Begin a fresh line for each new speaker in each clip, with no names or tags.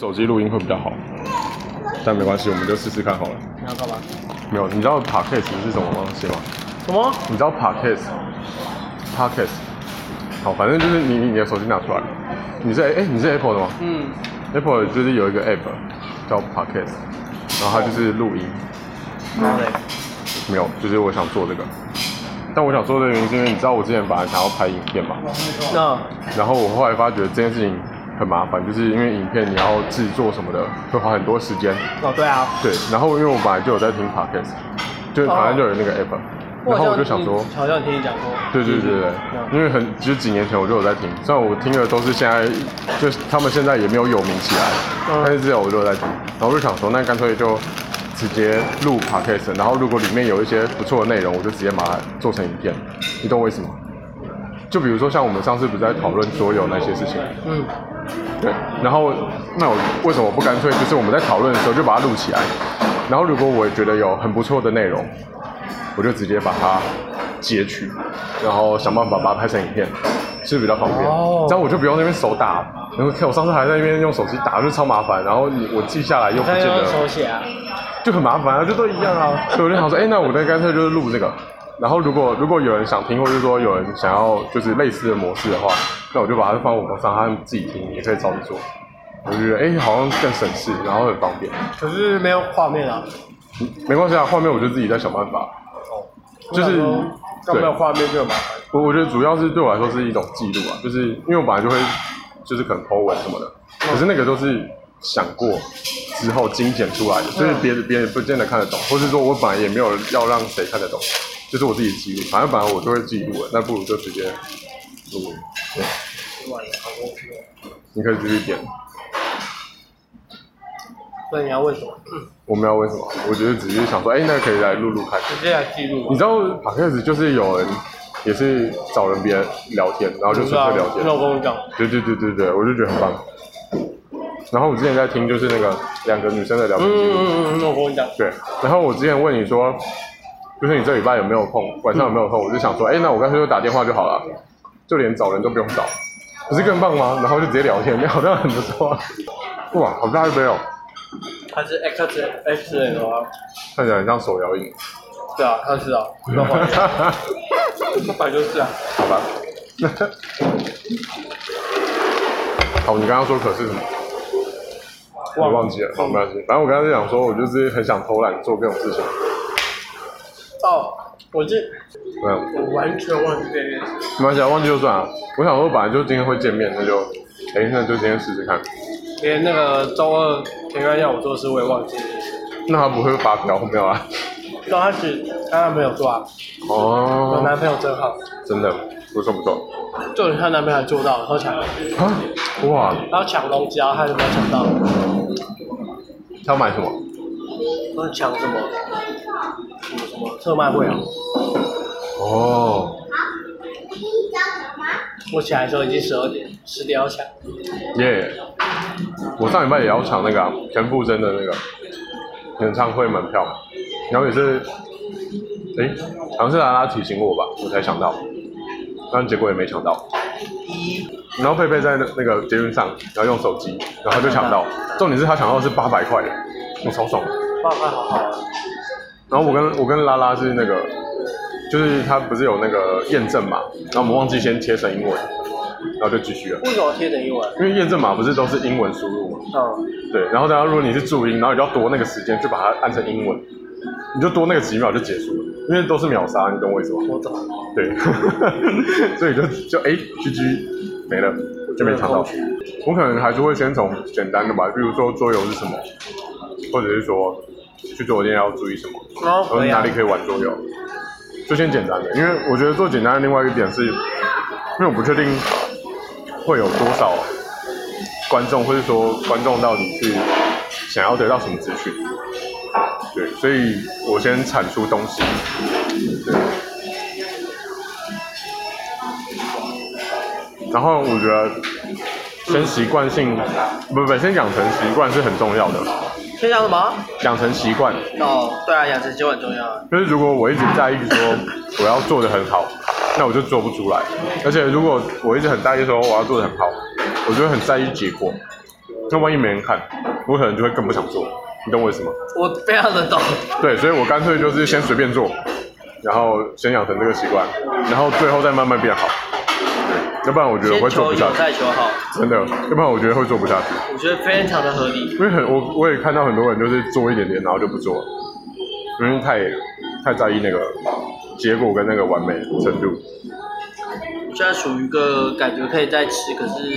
手机录音会比较好，但没关系，我们就试试看好了。
你要干嘛？
没有，你知道 podcast 是什么吗？西吗？
什么？
你知道 podcast，podcast，好，反正就是你你你的手机拿出来，你是哎、你是 Apple 的吗
嗯，
？Apple 就是有一个 app 叫 podcast，然后它就是录音，
好嘞。
没有，就是我想做这个，但我想做这个原因是因为你知道我之前本来想要拍影片嘛，
那
然后我后来发觉这件事情很麻烦，就是因为影片你要制作什么的会花很多时间，
哦，对啊，
对，然后因为我本来就有在听 podcast，就是台湾就有那个 app，、然后我就想说，
好像听哦你讲过。
对对对对，
嗯
因为很就是几年前我就有在听，虽然我听的都是现在就是他们现在也没有有名起来，
嗯
但是至少我就有在听，然后我就想说，那干脆就直接录 podcast，然后如果里面有一些不错的内容，我就直接把它做成影片，你懂我意思吗？就比如说像我们上次不是在讨论桌游那些事情，
嗯，
对，然后那我为什么不干脆就是我们在讨论的时候就把它录起来，然后如果我觉得有很不错的内容，我就直接把它截取，然后想办法把它拍成影片，是不是比较方便？
哦
这样我就不用那边手打，然后我上次还在那边用手机打，就超麻烦，然后你我记下来又不
那
见
要
得。
手写啊。
就很麻烦啊，就都一样啊。所以我就想说，哎、那我那干脆就是录这个。然后如果如果有人想听，或者说有人想要就是类似的模式的话，那我就把它放我网上，他们自己听，也可以照着做。我就觉得，哎、好像更省事，然后很方便。
可是没有画面啊。
没关系啊，画面我就自己再想办法。就是
要没有画面就有麻烦。
我我觉得主要是对我来说是一种记录啊，就是因为我本来就会就是可能 po 文什么的，可是那个都是想过之后精简出来的，所以别人别人不见得看得懂，或是说我本来也没有要让谁看得懂，就是我自己记录，反正本来我就会记录了，那不如就直接录，对，你可以继续点。
所以你要问什么？
我们要问什么？我觉得只是想说，哎、那可以来录录看。
直接来记录
你。知道 p o d c 就是有人也是找人别人聊天，然后就纯粹聊天。
老公讲，
对对对对对，我就觉得很棒。然后我之前在听就是那个两个女生的聊
嗯
天记录，
嗯嗯嗯，老公讲，
对。然后我之前问你说，就是你这礼拜有没有空，晚上有没有空？我就想说，哎，那我干脆就打电话就好了，就连找人都不用找，不是更棒吗？然后就直接聊天，聊得很不错啊。哇，好大一杯哦，
他是 X X 啊人的吗？
看起来很像手摇饮。
对啊，他 是啊，老公讲，他本来就是啊。
好吧。好，你刚刚说可是什么？我忘记了，好，没关系。反正我刚刚就想说，我就是很想偷懒做各种事情。
哦，我这
嗯，
我完全忘记这件事。
没关系，啊，忘记就算了。我想说，本来就今天会见面，那就，哎，那就今天试试看。
连那个周二田安要我做的事我也忘记了。
那他不会发飙没有啊？
刚开始她男朋友做啊，我
哦，
男朋友真好，
真的不错不错。
就是她男朋友做到，然后抢，
啊，哇，
然后抢东西，然后她就没有抢到。
他要买什么？
我抢什么？什么什么特卖会啊？
哦，
我起来的时候已经十二点，十点要抢。
耶、我上礼拜也要抢那个、啊、田馥甄的那个演唱会门票，然后也是，哎、好像是拉拉提醒我吧，我才想到，但结果也没抢到。然后佩佩在那那个捷运上，然后用手机，然后就抢到。重点是他抢到的是八百块，我超爽的。
爸爸好好啊，
然后我跟我跟拉拉是那个，就是他不是有那个验证码，然后我们忘记先贴成英文，然后就继续了。
为什么贴成英文？
因为验证码不是都是英文输入吗？
嗯，
对，然后大家如果你是注音，然后你就要多那个时间，就把它按成英文，你就多那个几秒就结束了，因为都是秒杀，你懂我意思吗？
我懂。
对， 所以就就哎，GG 没了，就没抢到。我可能还是会先从简单的吧，比如说桌游是什么，或者是说去桌游店要注意什么，
然后
然后
回
哪里
来，
哦可以玩啊桌游，就先简单的，因为我觉得做简单的另外一个点是，因为我不确定会有多少观众，或是说观众到底是想要得到什么资讯，对，所以我先产出东西，对。然后我觉得先习惯性，不不，先养成习惯是很重要的，
先讲什么？
养成习惯。
哦，对啊，养成习惯很重要啊。
就是如果我一直在意说我要做的很好，那我就做不出来。而且如果我一直很在意说我要做的很好，我就会很在意结果。那万一没人看，我可能就会更不想做，你懂我意思吗？
我非常的懂，
对，所以我干脆就是先随便做，然后先养成这个习惯，然后最后再慢慢变好。对，要不然我觉得我
先
会做
求
不下
有
去，
再求好，
真的，要不然我觉得会做不下去，
我觉得非常的合理。
因为很我我也看到很多人就是做一点点，然后就不做了，因为太太在意那个结果跟那个完美程度。
我现在属于一个感觉可以再吃，可是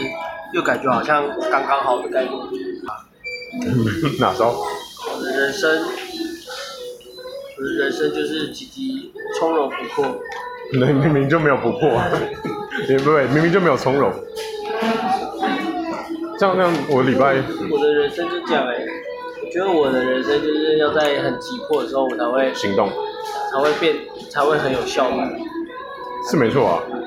又感觉好像刚刚好的概念。
哪招？
我的人生，我的人生就是积极、从容不迫。
你明明就没有不破、啊， 也不对，明明就没有从容。这样这样，我礼拜嗯
我的人生就这样哎、我觉得我的人生就是欸要在很急迫的时候，我才会
行动
才会变，才会很有效率。
是没错啊。哦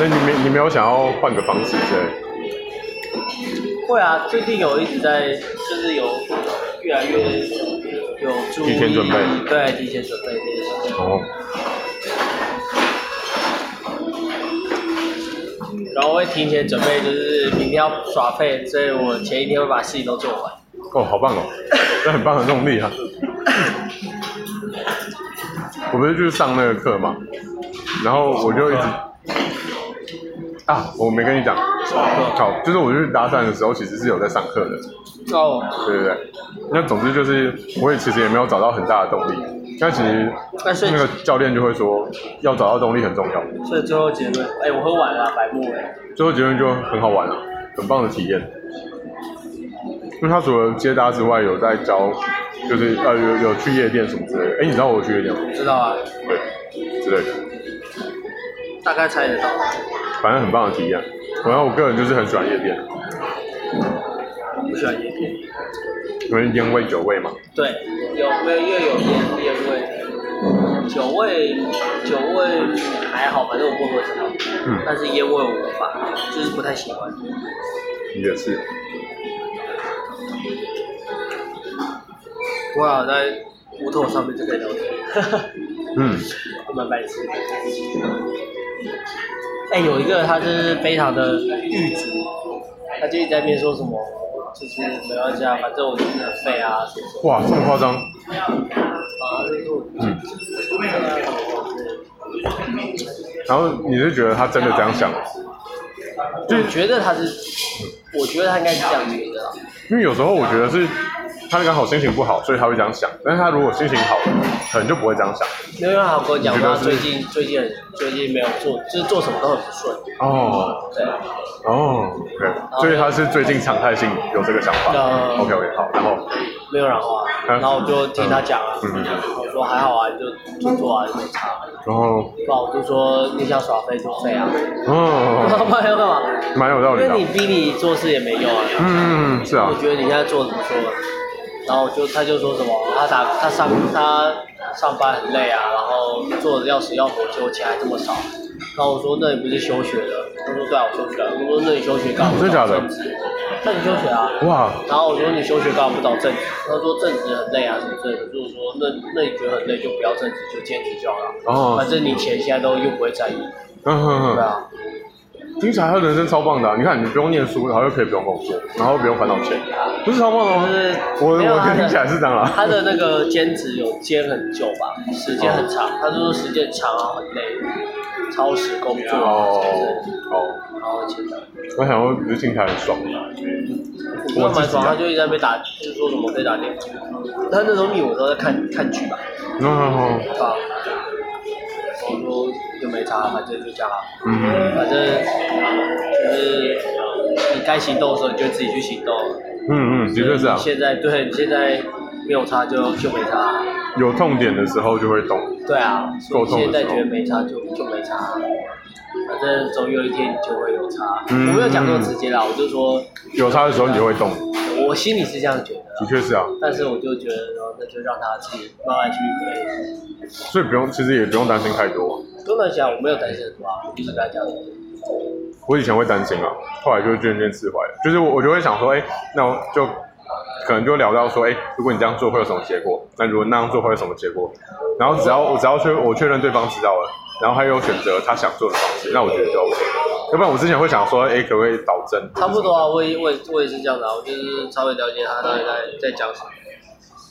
那你没你没有想要换个方式之类的？
会啊，最近有一直在，就是有越来越有注意，
提前准备
对，提前准备这件事情。
哦，
然后会提前准备，就是明天要耍废，所以我前一天会把事情都做完。
哦，好棒哦，这很棒的动力啊！我不是去上那个课嘛，然后我就一直啊，我没跟你讲，好，就是我去搭讪的时候，其实是有在上课的，
哦，
对对对。那总之就是，我也其实也没有找到很大的动力。但其实
那所以
那个教练就会说，要找到动力很重要。
所以最后结论，哎，我喝完了，白沫哎。
最后结论就很好玩啊，很棒的体验。因为他除了接搭之外，有在教，就是呃有有去夜店什么之类的。哎，你知道我有去夜店吗？
知道啊，
对，之类的，
大概猜得到。
反正很棒的体验。然后我个人就是很喜欢夜店，
不喜欢夜店。
因为烟味酒味嘛。
对，有味又有烟烟味，酒味酒味还好，反正我不喝什么。
嗯，
但是烟味我无法，就是不太喜欢。
也是。
我好像在木头上面就可以聊天，
嗯，
我蛮白痴的。哎、有一个他就是非常的狱卒，他就一直在那边说什么，就是没关系啊，反正我就是很废啊什么什么
哇，这么夸张？
啊，就是我
嗯。
就是
然后你是觉得他真的这样想？
我觉得他是，我觉得他应该是这样觉得啦。啊
因为有时候我觉得是他刚好心情不好，所以他会这样想。但是他如果心情好了，可能就不会这样想。
因为他有跟我讲
你觉
说
得
他
是
最近最近很最近没有做，就是做什么都很不顺。
哦
对，
哦，对，所以他是最近常态性有这个想法。
嗯
OK OK，好，然后
没有然后啊，
啊
然后我就听他讲啊，
嗯嗯
我说还好啊，你就就做啊，就没差。
然后
然后我就说你想耍废就废啊，
哦，
不然要干嘛？
蛮有道
因
理
为
的
你。逼你做事也没用啊。
嗯嗯嗯，是啊
我，觉得你现在做什么做？然后我就他就说什么，他打他上他上班很累啊，然后做的要死要活，结果钱还这么少。然后我说那你不是休学了？他说对啊，我休学了。我说那你休学干嘛？
真的假的
正职？那你休学啊？
哇，
然后我说你休学干嘛不找正职？他说正职很累啊什么之类的。就是说那那你觉得很累就不要正职，就兼职就好了。
哦
反，正你钱现在都又不会在意，
嗯哼
对
哼，
啊，
听起来他人生超棒的啊、你看，你不用念书，然后又可以不用工作，然后不用烦恼钱，不是超棒的
就
吗？
是
我
没有
我
他的
听起来是这样啊啦。
他的那个兼职有兼很久吧，时间
哦
很长，他就说时间长啊很累，超时工作啊，
哦
对
哦，
然后钱的，
我想说，不是听起来很爽吗？
我蛮爽，
啊
他就一直在被打，就是说什么被打电话，他那时候密我都在看看剧吧，
哦，
啊，我说就没差，反正就这样啊，
嗯
反正就是你该行动的时候你就自己去行动，啊
嗯嗯，的确是啊
你，现在对你现在没有差就就没差啊、
有痛点的时候就会懂。
对啊，
沟
所以
通的
现在
时候
觉得没差就就没差，反正总有一天你就会有差。
嗯
我没有讲那么直接啦，我就说
有差的时候你就会动，
我心里是这样觉得
的
啦，
确是啊，
但是我就觉得说那就让他自己慢慢去飞。
所以不用，其实也不用担心太多。
不能讲我没有担心很多啊，我就是跟他讲，
我以前会担心啊，后来就渐渐释怀了。就是我我就会想说，哎、那我就可能就聊到说，哎、如果你这样做会有什么结果？那如果那样做会有什么结果？然后只要我只要确我确认对方知道了，然后他有选择他想做的方式，那我觉得就 OK。要不然我之前会想说，哎，可不可以导正？
差不多啊，我也我也我也是这样的、啊，我就是稍微了解他大概在在讲什么，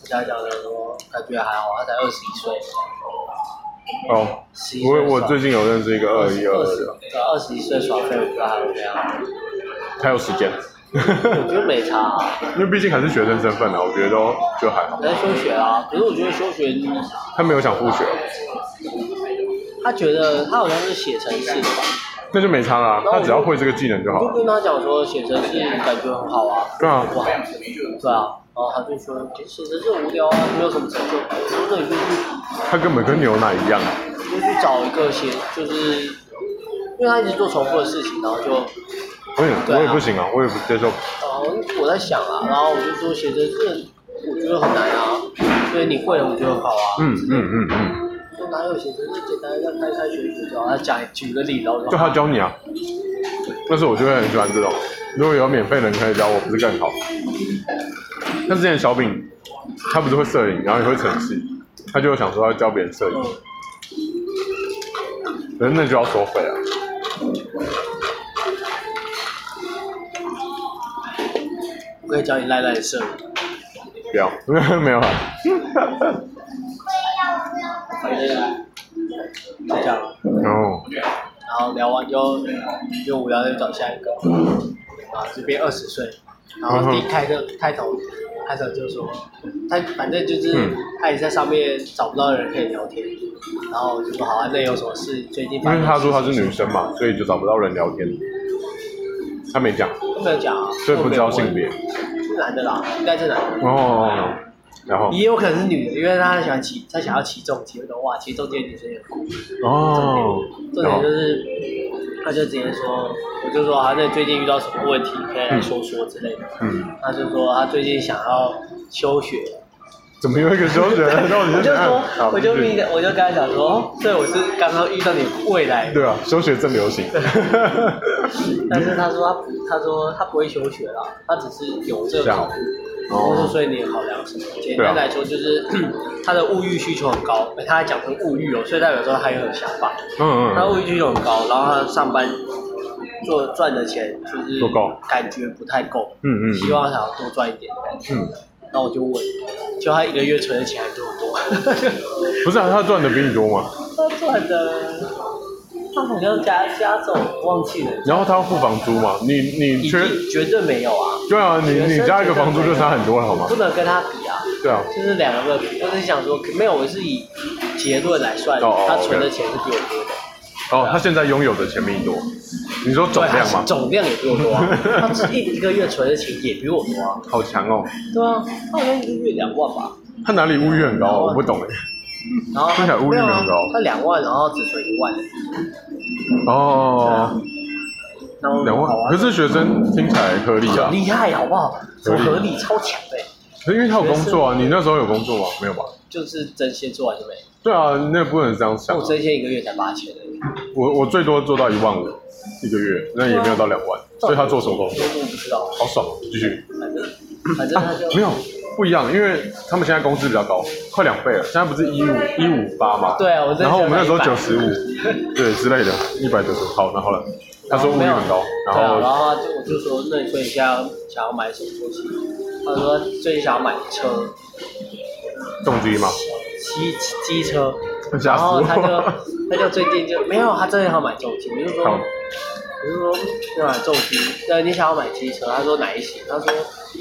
他讲的说感觉还好，他才二十一岁，
哦，
十一岁
我我
耍
最近有认识一个二一二
二
二
十
的，
对啊二十一岁耍废，我觉得还 OK 啊，
他有时间，
我觉得没差、啊，
因为毕竟还是学生身份啊，我觉得都就还好。
来休学啊，可是我觉得休学，
他没有想复学，
他觉得他好像是写程式的吧，
那就没差啦、他只要会这个技能就好
我就
了。
跟他讲说写程式感觉很好啊，
对啊，
哇，对啊，然后他就说写程式很无聊啊，没有什么成就感，我说那你就去
他根本跟牛奶一样，啊
就去找一个写，就是因为他一直做重复的事情，然后就，
我也
对啊
我也不行啊，我也不接受。
然后我在想啊，然后我就说写程式，我觉得很难啊，所以你会了，我觉得很好啊。
嗯嗯嗯嗯，
就哪有写程式简单，再开开学学就好。他讲举个例，然后我
就
说
他教你啊。但是我就会很喜欢这种，如果有免费人可以教我，不是更好？像之前小饼，他不是会摄影，然后也会程式，他就想说要教别人摄影，
嗯，
可是那就要收费啊。
我可以教你赖赖的摄影，
不要， 没有啊。
反正就这样。
哦，
然后聊完就就无聊就找下一个，啊，这边二十岁，然后第一开的开头开头就说，他反正就是、
嗯
他也在上面找不到人可以聊天，然后我就说好啊，那有什么事最近
因
发生
为
的
他
事？
说她是女生嘛，所以就找不到人聊天。他没讲，
都没有讲啊，
所以不知道性别。
是男的啦，应该是男的。
哦，然后
也有可能是女的，因为她喜欢骑，她想要骑重机。我说哇，骑重机的女生也很酷。
哦，
重
然后
点就是，她就直接说，我就说啊，那你最近遇到什么问题可以来说说之类的。
嗯，
他就说他最近想要休学，
怎么有一个休学？到底 是
我就
怎样
说？
哎好，
我就
继续
跟我就跟他讲说，哦对，我是刚刚遇到你的未来，
对啊，休学正流行。
但是他说他不，他说他不会休学啦，他只是有这
这
个
样
考虑。我说
哦，
所以你的考量是什么？简
对啊
单来说就是 他的物欲需求很高，哎他还讲成物欲哦，所以代表说他还有很有想法，
嗯
他
嗯，
物欲需求很高，然后他上班做赚的钱就是
不够
感觉不太够，
嗯嗯
希望想要多赚一点。
嗯，
那我就问，就他一个月存的钱还比我多，
不是啊，他赚的比你多嘛，
他赚的，他好像加加总忘记了，
然后他要付房租嘛，你你
一
缺，
定绝对没有啊，
对啊，你你加一个房租就差很多了好吗
不？能跟他比啊，
对啊，
就是两个问题，我只是想说，没有，我是以结论来算，
哦哦
他存的
OK
钱是比我多的，
哦，他现在拥有的钱比你多，你说总
对
量
他
吗
是？总量也比我多啊，他只一一个月存的钱也比我多啊，
好强哦，
对啊，他好像一个月两万吧，
他哪里物欲很高啊？我不懂哎。
然后
听起来物欲
没有啊
很高
他两万，然后只存一万，
哦，
然后
两
好啊
万，可是学生听起来合理啊
很，厉害好不好？怎么合理啊超强的欸、
因为他有工作啊。你那时候有工作吗？没有吧？
就是真先做完就没。
对啊，那不能这样想啊
我。真先一个月才八千而已，
我我最多做到一万五一个月，那也没有到两万，所以他做什么工作？
我不知道，
好爽，继续
反正反正
啊
他就、，
没有不一样，因为他们现在工资比较高，快两倍了，现在不是一五一五八嘛？
对啊我真的
然后我们那时候
觉得
九
蛮
十五，对之类的，一百九十，好，然后呢？他说物欲很高，然
哦对啊，然
后
后他就我就说，那你说你现在想要买什么东西？他说最近想要买车，
动机嘛，
机机机车，
吓
然
死
后他就
我。
他就最近就没有，他真的要买重机，我就说
好
我就说要买重机，呃，你想要买机车？他说哪一型？他说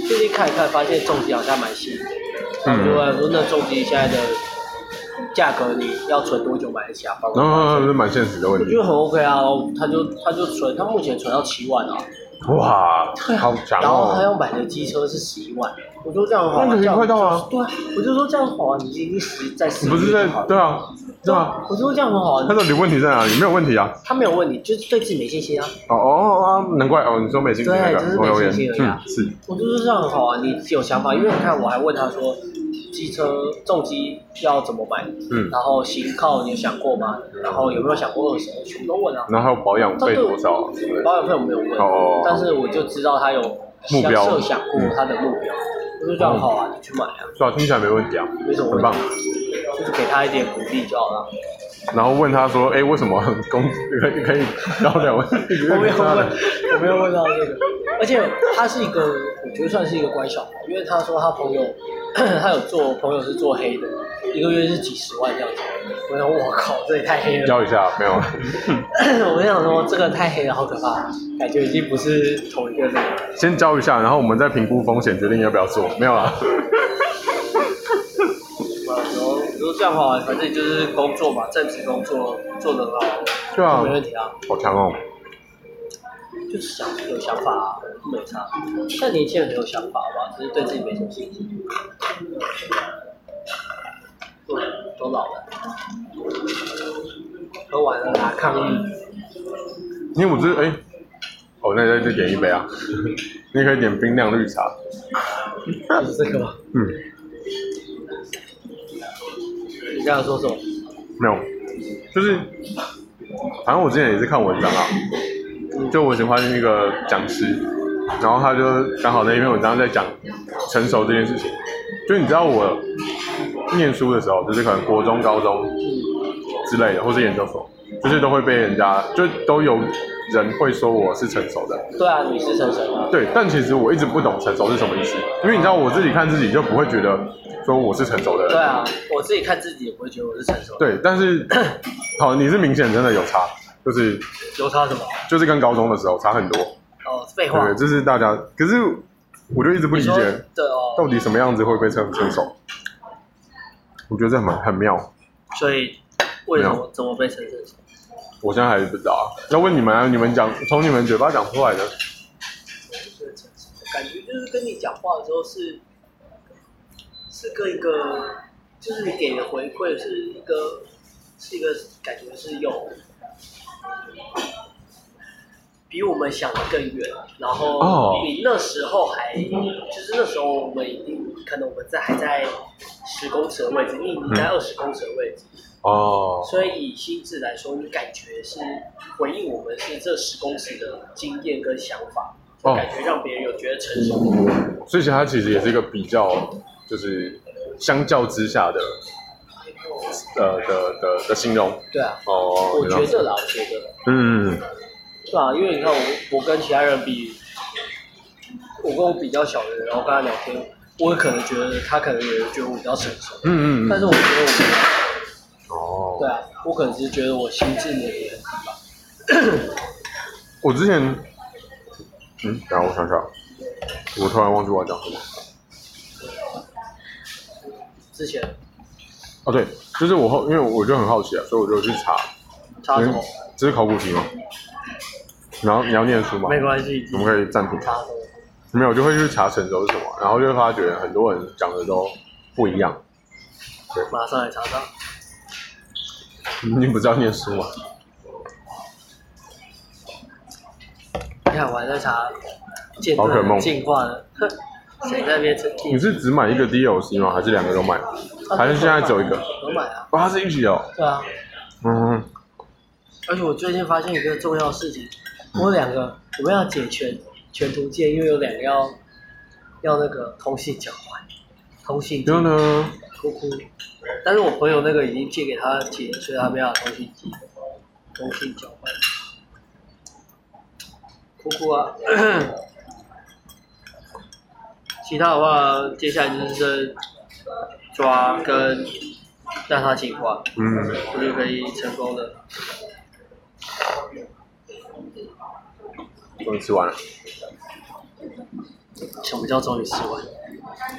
最近看一看，发现重机好像蛮新的，然后我就问他说那重机现在的价格你要存多久买得起啊？
然后是蛮现实的问
我觉
题，
得很 OK 啊，然后他就他就存，他目前存到七万啊，
哇，好强
啊然后他
哦！
要买的机车是十一万，我说这样好啊，
那你
这样
快到啊
对啊，我就说这样好啊，你已经十在十
你
一
不是
就
在
好了
对啊对啊？，
我说这样很好啊，
他到底问题在哪里？没有问题啊！
他没有问你，就是对自己没信心啊。
哦哦啊，难怪哦，你说美心
对
那个
就是
我留
美心
言，
心而已
嗯
啊，
是
我就说这样很好啊，你有想法，因为你看我还问他说，机车重机要怎么买，
嗯，
然后型号你有想过吗？然后有没有想过二手？全部都问啊。
然后还有保养费多少啊？对
保养费我没有问，
哦
但是我就知道他有
目
想
标
设想过他的目标。我说这样好啊，你去买啊，
啊，听起来没问题啊，
没什么
很
问
棒
题，，就是给他一点鼓励就好了。
然后问他说，哎，为什么工可以可以要两万？
我
我
没有问，我没有问到这个。而且他是一个，我觉得算是一个乖小孩，因为他说他朋友， 他有做朋友是做黑的，一个月是几十万这样子。我想，我靠，这也太黑了。
教一下，没有，
我想说，这个太黑了，好可怕，感觉已经不是同一个那个。
先教一下，然后我们再评估风险，决定要不要做。没有啊啦，
啊然后我说这样好了，反正就是工作嘛，正职工作做得好，
对啊
没，问题啊。
好强哦。
就是想有想法啊，没差。像年轻人很有想法吧，只是对自己没什么信心。都都老了，喝完了啦，抗议。
因为我这哎，哦，那再再点一杯啊， 你可以点冰凉绿茶。
就是这个吗？
嗯，
你刚才说什么？
没有，就是，反正我之前也是看文章啊，就我喜欢一个讲师，然后他就刚好那一篇文章在讲成熟这件事情，就你知道我念书的时候，就是可能国中、高中之类的，或是研究所，就是都会被人家，就都有人会说我是成熟的，
对啊，你是成神啊。
对，但其实我一直不懂成熟是什么意思，因为你知道我自己看自己就不会觉得说我是成熟的人，
对啊，我自己看自己也不会觉得我是成熟。，
对，但是 好，你是明显真的有差，就是
有差什么？
就是跟高中的时候差很多，
哦，废话。
对，这是大家，可是我就一直不
你
理
说
解
对哦，
到底什么样子会被称成熟，我觉得这很很妙，
所以为什
没
么怎么被成成熟？
我现在还是不知道啊，要问你们啊，你们讲从你们嘴巴讲出来的，
就是成熟，感觉就是跟你讲话的时候是是跟一个，就是你给的回馈是一个是一个感觉是有比我们想的更远，然
哦
后比那时候还就是那时候我们已经可能我们在还在十公尺的位置，你已经在二十公尺的位置，
哦，
所以以心智来说，你感觉是回应我们是这十公尺的经验跟想法，
哦
感觉让别人有觉得成熟。
所以其实它其实也是一个比较，就是相较之下的，呃的的的形容
对啊，
哦，
我觉
这样
得啦，我觉得，
嗯，
对啊，因为你看我，我跟其他人比，我跟我比较小的人，然后跟他聊天，我可能觉得他可能也觉得我比较成熟，
嗯嗯
但
嗯，
是我觉得我，
哦，
对啊，我可能只是觉得我心智年龄很低吧。
我之前，嗯，等下我想想，我突然忘记我要讲什么。
之前
哦，对，就是我后，因为我就很好奇啊，所以我就去查，
差什
嗯
么？
这是考古题吗？然后你要念书吗？
没关系，
我们可以暂停。
差什么？
没有，就会去查成熟是什么，然后就会发觉很多人讲的都不一样。
马上来查查。
你不是要念书吗？
你看，我还在查剑
宝可梦
盾进化的，哼谁在那边成
你
进？
是只买一个 DLC 吗？还是两个都买？还是现在只有一个？
我买啊，
哇，它是一起哦。
对啊。
嗯，
而且我最近发现一个重要的事情，我有两个我们要解全全图鉴，因为有两个要要那个通信交换，通信
然后呢？
哭哭。但是我朋友那个已经借给他姐，所以他没有通信机，通信交换。哭哭啊！ 其他的话，接下来就是抓跟让他进化，
嗯，
我就可以成功的。
终于吃完了。
什么叫终于吃完？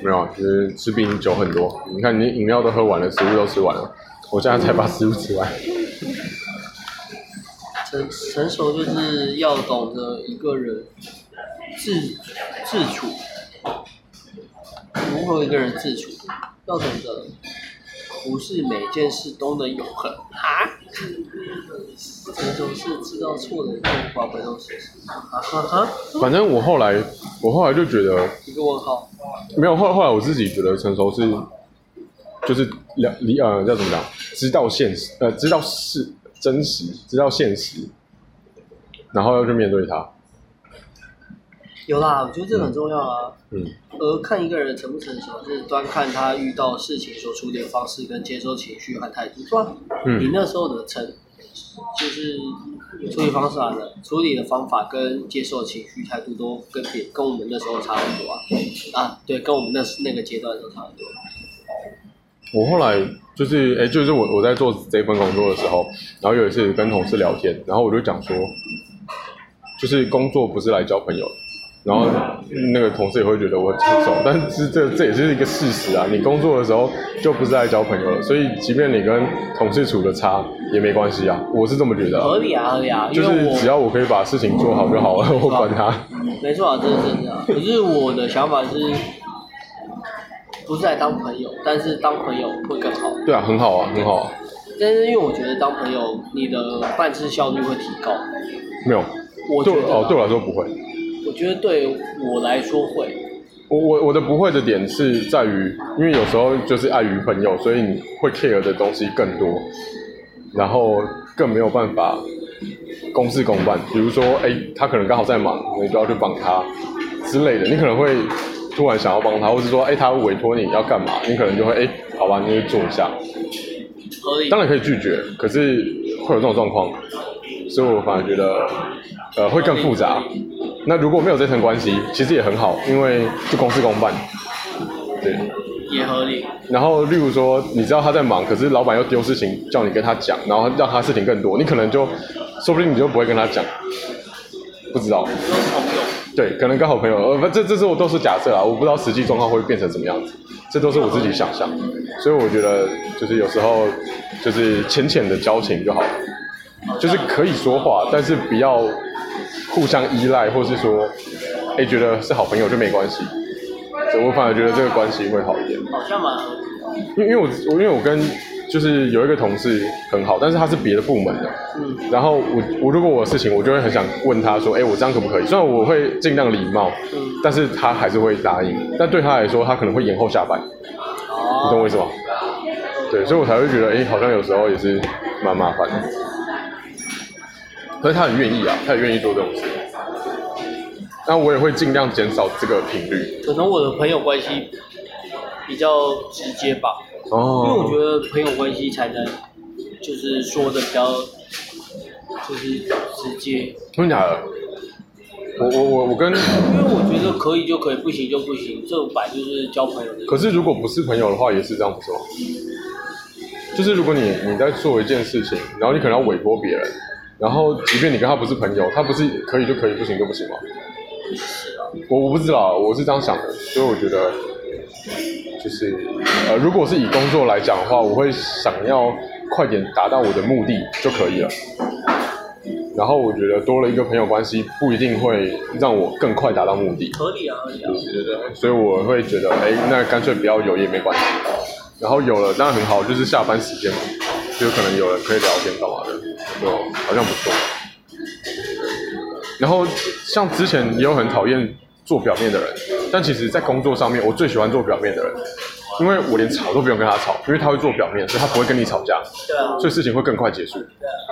没有，就是吃比你久很多。你看，你饮料都喝完了，食物都吃完了，我现在才把食物吃完。
成成熟就是要懂得一个人自自处，如何一个人自处，要懂得不是每件事都能永恒啊。成熟是知道错了就往回头是啊哈哈，
反正我后来，我后来就觉得，
一个问号，
没有后后来我自己觉得成熟是，就是了理呃叫怎么讲，知道现实呃知道是真实，知道现实，然后要去面对它。
有啦，我觉得这个很重要啊。
嗯，
而看一个人成不成熟，是端看他遇到事情所处理的方式、跟接受情绪和态度。对吧？
嗯
你那时候的成，就是处理方式啊，处理的方法跟接受情绪态度都跟别跟我们那时候差很多啊。啊，对，跟我们那那个阶段都差很多。
我后来就是，哎、就是我我在做这份工作的时候，然后有一次跟同事聊天，然后我就讲说，就是工作不是来交朋友的，然后那个同事也会觉得我很怂，但是这这也是一个事实啊，你工作的时候就不是来交朋友了，所以即便你跟同事处的差也没关系啊，我是这么觉得、啊
合，理啊，合理啊，因
就
为
是
我
只要我可以把事情做好就好了，我管他。
没错啊，这是这样。可是我的想法是，不是来当朋友，但是当朋友会更好。
对啊，很好啊，很好啊，
但是因为我觉得当朋友，你的办事效率会提高。
没有，
我
对
觉
我
得啊、
哦对我来说不会。
我觉得对我来说会，
我我我的不会的点是在于，因为有时候就是碍于朋友，所以你会 care 的东西更多，然后更没有办法公事公办。比如说，哎，他可能刚好在忙，你就要去帮他之类的，你可能会突然想要帮他，或是说，哎，他委托你要干嘛，你可能就会，哎，好吧，你就做一下。
合理。
当然可以拒绝，可是会有这种状况，所以我反而觉得，呃，会更复杂。那如果没有这层关系，其实也很好，因为就公事公办。对，
也合理。
然后例如说，你知道他在忙，可是老板又丢事情叫你跟他讲，然后让他事情更多，你可能就，说不定你就不会跟他讲，不知道。
都是朋友，
对，可能刚好朋友，呃，不，这这是我都是假设啊，我不知道实际状况会变成什么样子，这都是我自己想象，所以我觉得就是有时候就是浅浅的交情就好了，就是可以说话，但是不要互相依赖，或是说，哎，觉得是好朋友就没关系，所以我反而觉得这个关系会好一点，
好像蛮合理的。
因为因为我我因为我跟就是有一个同事很好，但是他是别的部门的，
嗯，
然后我我如果我有事情，我就会很想问他说，哎，我这样可不可以？虽然我会尽量礼貌，
嗯
但是他还是会答应。但对他来说，他可能会延后下班，你懂
哦，
我意思吗？对，所以我才会觉得，哎，好像有时候也是蛮麻烦的。可是他很愿意啊，他很愿意做这种事。那我也会尽量减少这个频率。
可能我的朋友关系比较直接吧，因为我觉
哦，
得朋友关系才能就是说的比较就是直接，
真的假的？我我我我跟，
因为我觉得可以就可以，不行就不行，这种摆就是交朋友的。
可是如果不是朋友的话，也是这样，不是吗？就是如果你你在做一件事情，然后你可能要委托别人，然后即便你跟他不是朋友，他不是可以就可以，不行就不行吗？我我不知道，我是这样想的，所以我觉得就是呃，如果是以工作来讲的话，我会想要快点达到我的目的就可以了。然后我觉得多了一个朋友关系，不一定会让我更快达到目的。
合理啊，合理啊，
所以我会觉得，哎，那干脆不要有也没关系。然后有了当然很好，就是下班时间嘛，就可能有人可以聊天干嘛的，就好像不错。然后像之前也有很讨厌做表面的人，但其实在工作上面，我最喜欢做表面的人，因为我连吵都不用跟他吵，因为他会做表面，所以他不会跟你吵架，
对啊，
所以事情会更快结束。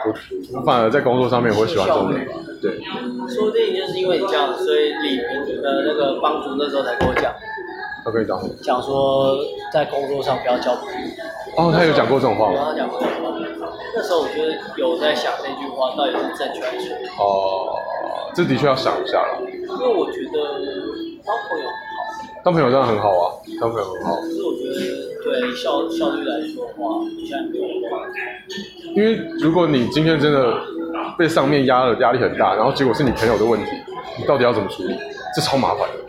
我我反而在工作上面我会喜欢做面，对，
说不定就是因为你这样，所以李明的那个帮主那时候才跟我讲，
他可以讲。
讲说在工作上不要交朋友。
哦，他有讲过这种话
我
吗？
刚刚讲过这句话，那时候我觉得有在想那句话到底是正确还是错，
哦，这的确要想一下了。
因为我觉得当朋友很好，
当朋友当然很好啊，当朋友很好，
可是我觉得对效效率来说的话，现在没有用。
因为如果你今天真的被上面压了，压力很大，然后结果是你朋友的问题，你到底要怎么处理？这超麻烦的。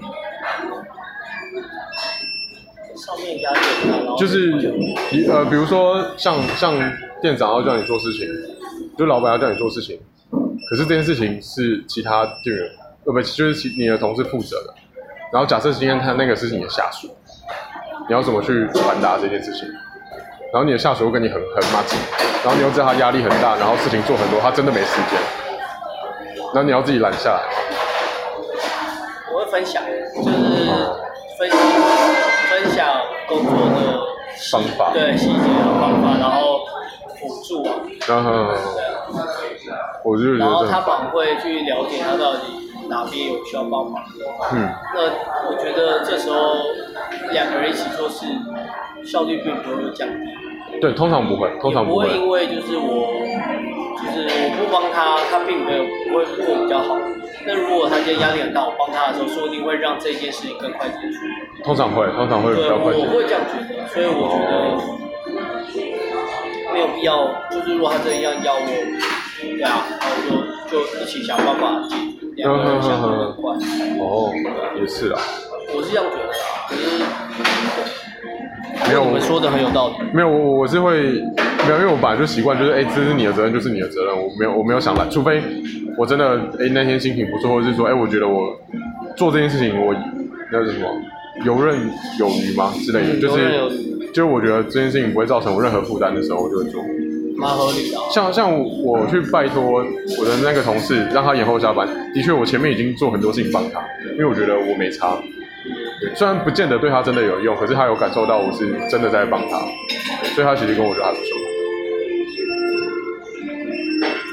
上面压力很大，然后
就是你呃，比如说像像店长要叫你做事情，就老板要叫你做事情，可是这件事情是其他店员，呃不，就是其你的同事负责的。然后假设今天他那个是你的下属，你要怎么去传达这件事情？然后你的下属会跟你很很骂街，然后你又知道他压力很大，然后事情做很多，他真的没时间，然后你要自己揽下来。
我会分享，就是分析分享工作的
方法
对细节和方法，然后辅助啊。
然后我就觉得
然后
这
他
很
们会去了解他到底哪边有需要帮忙的话，
嗯，
那我觉得这时候两个人一起做事，效率并不会降低，
对，通常不会，通常
也不
不
会
会。啊
因为就是我就是我不帮他，他并没有不会过比较好。那如果他今天压力很大，我帮他的时候，说不定会让这件事情更快结束。
通常会，通常会比
对，
较快
我
捷。
会这样觉得，所以我觉得没有必要。就是如果他真的要邀我，对啊，然后就就一起想办法解决，两个人想办法快。
哦，也是啦，
我是这样觉得啊，可是
没有
你们说的很有道理。
没有，我我我是会没有，因为我本来就习惯，就是哎，这是你的责任，就是你的责任，我没有我没有想懒，除非我真的哎那天心情不错，或者是说哎，我觉得我做这件事情我那是什么游刃有余吗之类的，
嗯
就
游刃有
是
余
就是我觉得这件事情不会造成我任何负担的时候，我就会做。
蛮合理的、啊。
像像我我去拜托我的那个同事，让他延后下班。的确，我前面已经做很多事情帮他，因为我觉得我没差。对虽然不见得对他真的有用，可是他有感受到我是真的在帮他，对所以他其实跟我说还不错。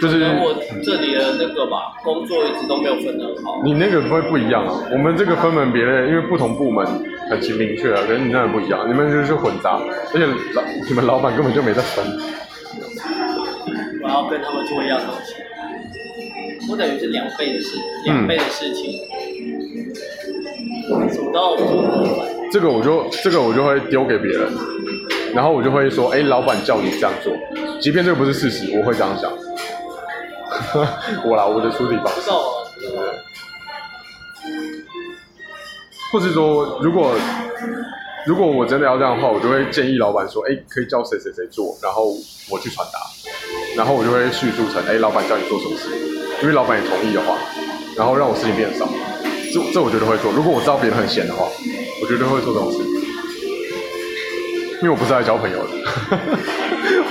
就是
可能我这里的那个吧，工作一直都没有分得很好。
你那个会不一样啊，我们这个分门别类，因为不同部门很清明确啊，可是你那个不一样，你们就是混杂，而且老你们老板根本就没在分。
我要跟他们做一样的东西，我等于是两倍的事，
嗯
两倍的事情，怎么到我做不出来？
这个我就这个我就会丢给别人，然后我就会说，哎，老板叫你这样做，即便这个不是事实，我会这样想。 我啦，我的处理方
不
式
知，道啊，
或是说，如果如果我真的要这样的话，我就会建议老板说，哎，可以叫谁谁谁做，然后我去传达，然后我就会叙述成，哎，老板叫你做什么事，因为老板也同意的话，然后让我事情变少，这这我绝对会做。如果我知道别人很闲的话，我绝对会做这种事，因为我不是来交朋友的，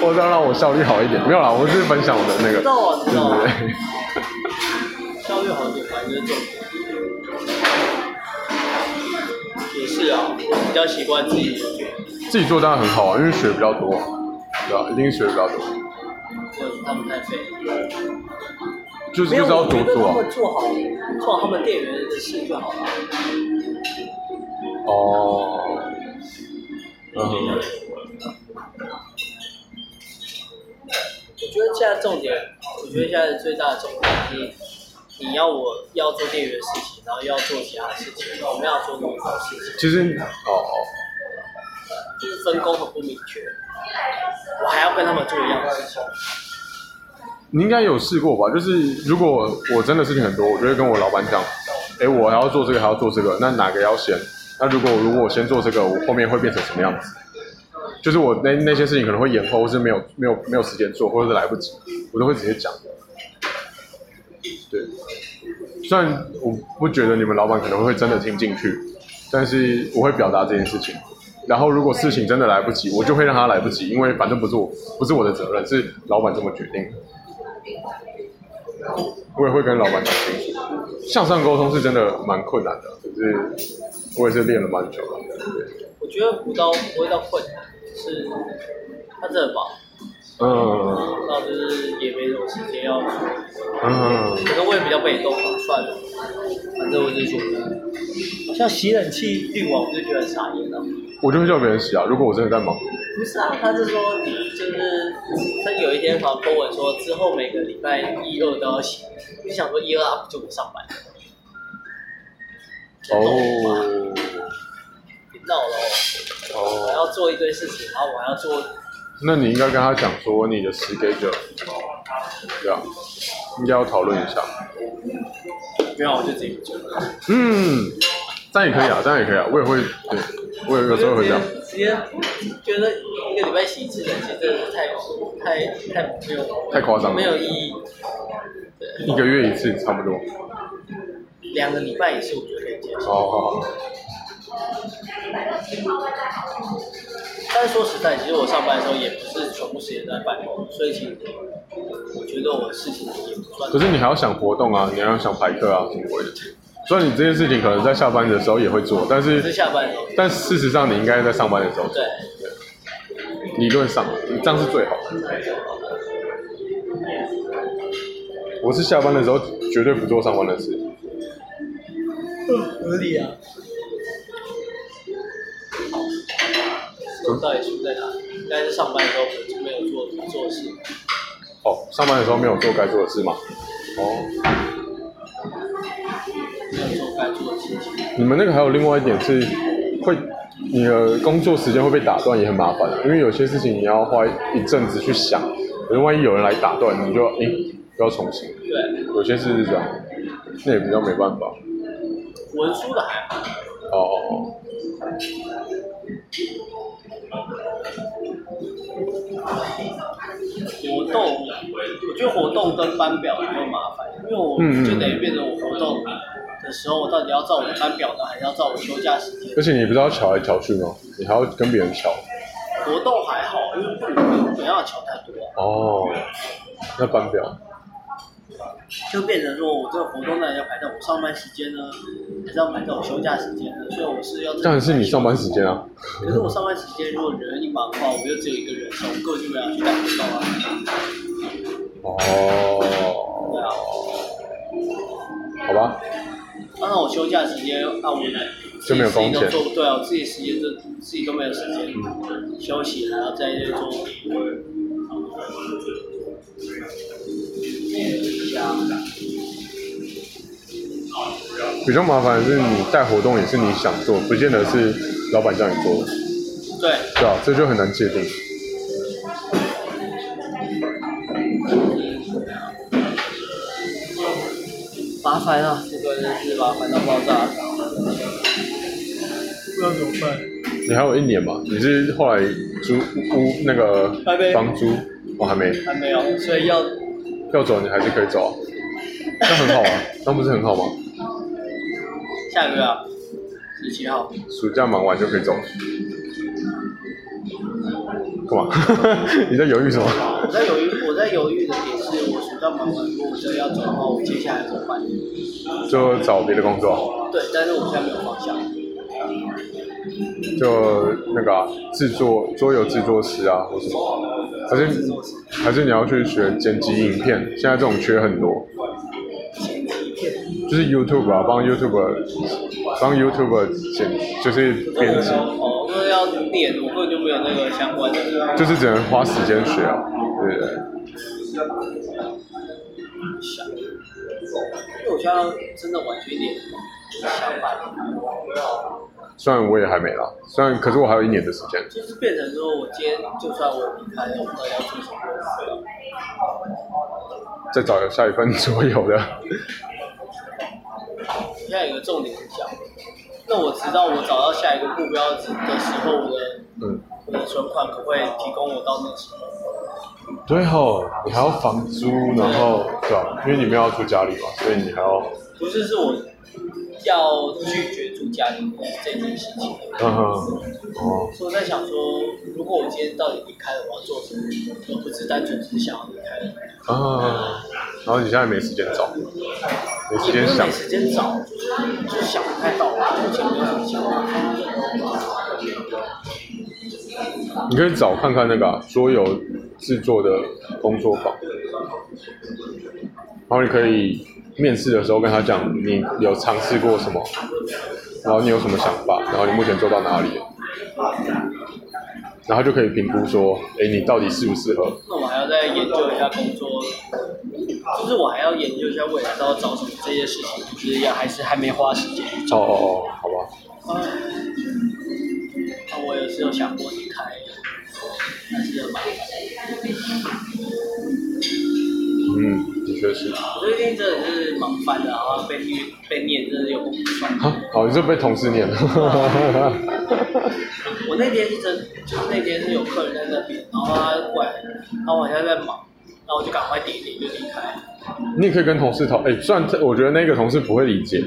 我是要让我效率好一点。没有啦，我是分享我的那个，
知道啊，知道
对
啊，
对对。
效率好一点反正就是重点。也是啊，我比较习惯自己做，
自己做当然很好啊，因为学比较多，对吧、一定学比较多，
或者是他们太废了。
就是
没
就
有，
是要
我
多
觉得
做
他
啊。
们做好，
做好他们店员的事就好了。
哦，嗯，
我觉得现在重点，我觉得现在最大的重点是，你要我要做店员的事情，然后要做其他的事情，我们要做农作的事情，
其实哦，
就是分工很不明确。我还要跟他们做一样的事情，
你应该有试过吧？就是如果我真的事情很多，我就会跟我老板讲，哎，我还要做这个，还要做这个，那哪个要先？那如果如果我先做这个，我后面会变成什么样子？就是我那那些事情可能会延后，或是没有没有没有时间做，或者是来不及，我都会直接讲。对，虽然我不觉得你们老板可能会真的听进去，但是我会表达这件事情。然后如果事情真的来不及，我就会让他来不及，因为反正不是我不是我的责任，是老板这么决定的。我也会跟老板讲清楚。向上沟通是真的蛮困难的，可是我也是练了蛮久了。对
我觉得不到不会到困难，是他真的忙，
嗯
然后就是也没什么时间要，可
嗯，
能我也比较被动吧，算了，反正我就觉得，好像洗冷气滤网我就觉得很傻眼了、
我就会叫别人洗啊。如果我真的在忙，
不是啊，他是说你就是他有一天好像跟我说，之后每个礼拜一二都要洗，我就想说一二啊就不上班，
哦
别闹了哦，我
哦，
要做一堆事情，然后我还要做，
那你应该跟他讲说你的 schedule，对啊，应该要讨论一下。
没有我就自己做，
嗯，这样也可以啊，这样也可以啊，我也会，对，我有有时候会这样。
直接觉得一个礼拜洗一次冷气真的是太太太没有
太夸张了
没有意义，
一个月一次差不多。
两个礼拜一次我觉得可以接受，
哦，
但是说实在，其实我上班的时候也不是全部时间都在办公，所以其实我觉得我的事情也不算
可是你还要想活动啊，你还要想排课啊什么鬼的。虽然你这件事情可能在下班的时候也会做，但
只是
是
下班的时候。
但事实上你应该在上班的时候做，
对，
理论上这样是最好的。我是下班的时候绝对不做上班的事，
合理啊。到底输在哪里？应该是上班的时候可能没有做做事，
哦，上班的时候没有做该做的事吗？哦，
没有做该做的事情。
你们那个还有另外一点是，会你的工作时间会被打断，也很麻烦啊，因为有些事情你要花一阵子去想，可是万一有人来打断，你就诶、要重新。
对，
有些事是这样，那也比较没办法。
文书的还好，
哦哦
活动我觉得活动跟班表也就麻烦，因为我
嗯嗯
就等于变成我活动的时候，我到底要照我的班表呢，还是要照我休假时间
而？且你不知道瞧来瞧去吗？你还要跟别人瞧。
活动还好，因为不能不要瞧太多啊、
哦，那班表，
就变成说我这个活动呢要排在我上班时间呢，还是要排在我休假时间呢？所以我是要
当然是你上班时间啊。
可是我上班时间如果人一忙的话，我就只有一个人，我根本就没有去带活动啊。
哦，好
对啊，
吧，
当然我休假时间，那我
就没有工钱
自己都做对啊，我自己时间就自己都没有时间、休息，还要在那边做。
比较麻烦的是你带活动也是你想做，不见得是老板叫你做的，
对，
对啊，这就很难界定。
麻烦啊，这个真是麻烦到爆炸。不知道怎么办。
你还有一年嘛？你是后来租屋那个
还没
房租，我、还没
还没有，所以要
要走，你还是可以走啊，那很好啊，那不是很好吗？
下个月啊，十七号。
暑假忙完就可以走了。干嘛？ 你在犹豫什么？
我在犹豫，我在犹豫的点是，我暑假忙完，如果我真的要走的话，我接下来怎么办？
就找别的工作啊，
对，但是我现在没有方向。
就那个、啊、制作桌游制作师啊，或什么，还是还是你要去学剪辑影片，现在这种缺很多，就是 YouTube 啊，帮 YouTube 帮 YouTube 剪，就是编辑，
哦，那要练，我根本就没有那个相关的。啊
就是只能花时间学啊，对不对？
想，因为我现在真的完全一点想法都没有，
虽然我也还没啦，虽然可是我还有一年的时间，
就是变成说，我今天就算我离开了，我到底要做什么工作？
再找下一份桌游的，
现在有个重点是讲，那我直到我找到下一个目标的时候，我的
嗯，
我的存款可不可以提供我到那时候？
对哦，你还要房租，然后对吧、因为你们要住家里嘛，所以你还要，
不是，是我要拒绝住家里的这件事情。
嗯哼，哦，
所以我在想说，如果我今天到底离开了，我要做什么，而不是单纯只是想要离开了。
啊，然后你现在没时间找，没时
也
间
不是
想
没，时间找，就是就是想不太到，目前没有什么想法。
你可以找看看那个、啊、桌游制作的工作坊，然后你可以面试的时候跟他讲你有尝试过什么，然后你有什么想法，然后你目前做到哪里了，然后就可以评估说，哎，你到底适不适合？
那我还要再研究一下工作，就是我还要研究一下未来到底要找什么这些事情，就是要还是还没花时间。
哦哦哦，好吧，
啊，那我也是有想过离开，但是蛮
嗯，的确是。
我最近真的是忙翻了，然后被虐被念，真的有够不爽。
好，好，你是被同事念了。
我那天是真，就是那天是有客人在那边，然后他过来，然后我现在在忙，然后我就赶快点一点就离开。
你也可以跟同事讨，哎、虽然这我觉得那个同事不会理解，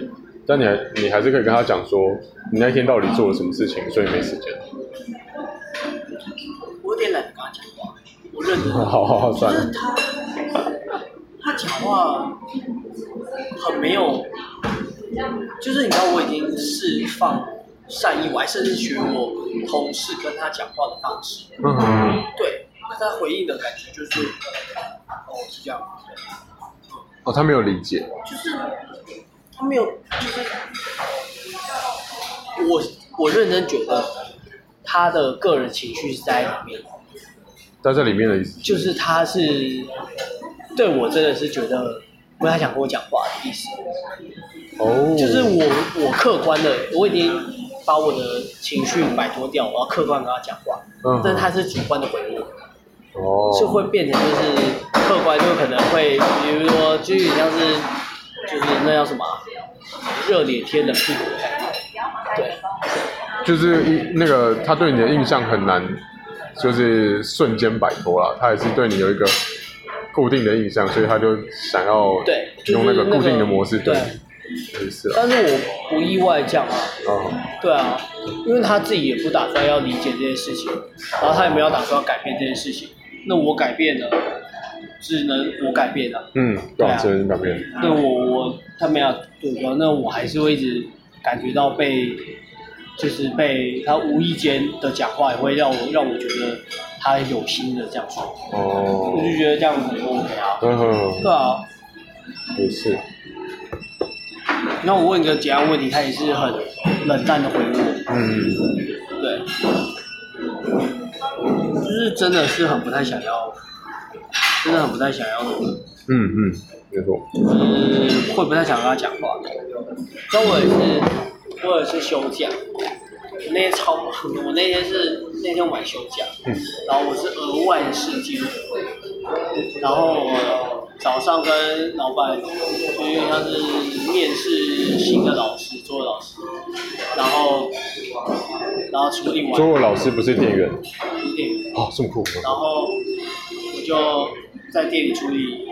但你还你还是可以跟他讲说，你那天到底做了什么事情，所以没时间。
我有点懒得跟他讲话，我认真。
好好好，
就
算
是
了，
他，他讲话很没有，就是你知道我已经释放善意，我还甚至学我同事跟他讲话的方式。
嗯，
对，那他回应的感觉就是，哦，是这样，
哦，他没有理解，
就是他没有，就是我我认真觉得他的个人情绪是在里面，
在这里面的意思
就是他是对我真的是觉得不太想跟我讲话的意思，
哦，
就是我我客观的，我已经把我的情绪摆脱掉，我要客观跟他讲话，
嗯
但他是主观的回我。
哦
是会变成就是客观，就可能会，比如说，就有点像是，就是那叫什么啊，热脸贴冷屁股的感觉。对，
就是一那个他对你的印象很难，就是瞬间摆脱了，他也是对你有一个固定的印象，所以他就想要
对就是
用那个
那个
固定的模式对
对
你，也是啊，
但是我不意外这样啊，
啊，
对啊，因为他自己也不打算要理解这件事情，然后他也没有打算要改变这件事情，那我改变了，只能我改变了，
嗯，对
对
啊，
啊
这是改变，
那我我他没有对标，那我还是会一直感觉到被，就是被他无意间的讲话也会让我让我觉得他有心的这样说，
哦
我，就觉得这样子很 OK 啊，
嗯哼，
对啊。
也是，
那我问一个简单问题，他也是很冷淡的回我，
嗯，
对，就是真的是很不太想要，真的很不太想要的。
嗯嗯，没错，
就是会不太想跟他讲话。那我也是，我也是休假，那天超忙的，我那天是那天晚休假，
嗯
然后我是额外的时间，然后我早上跟老板，就因为他是面试新的老师，做老师，然后然后处理完
中文老师不是店员，
一点。
哦，这么酷，
然后我就在店里处理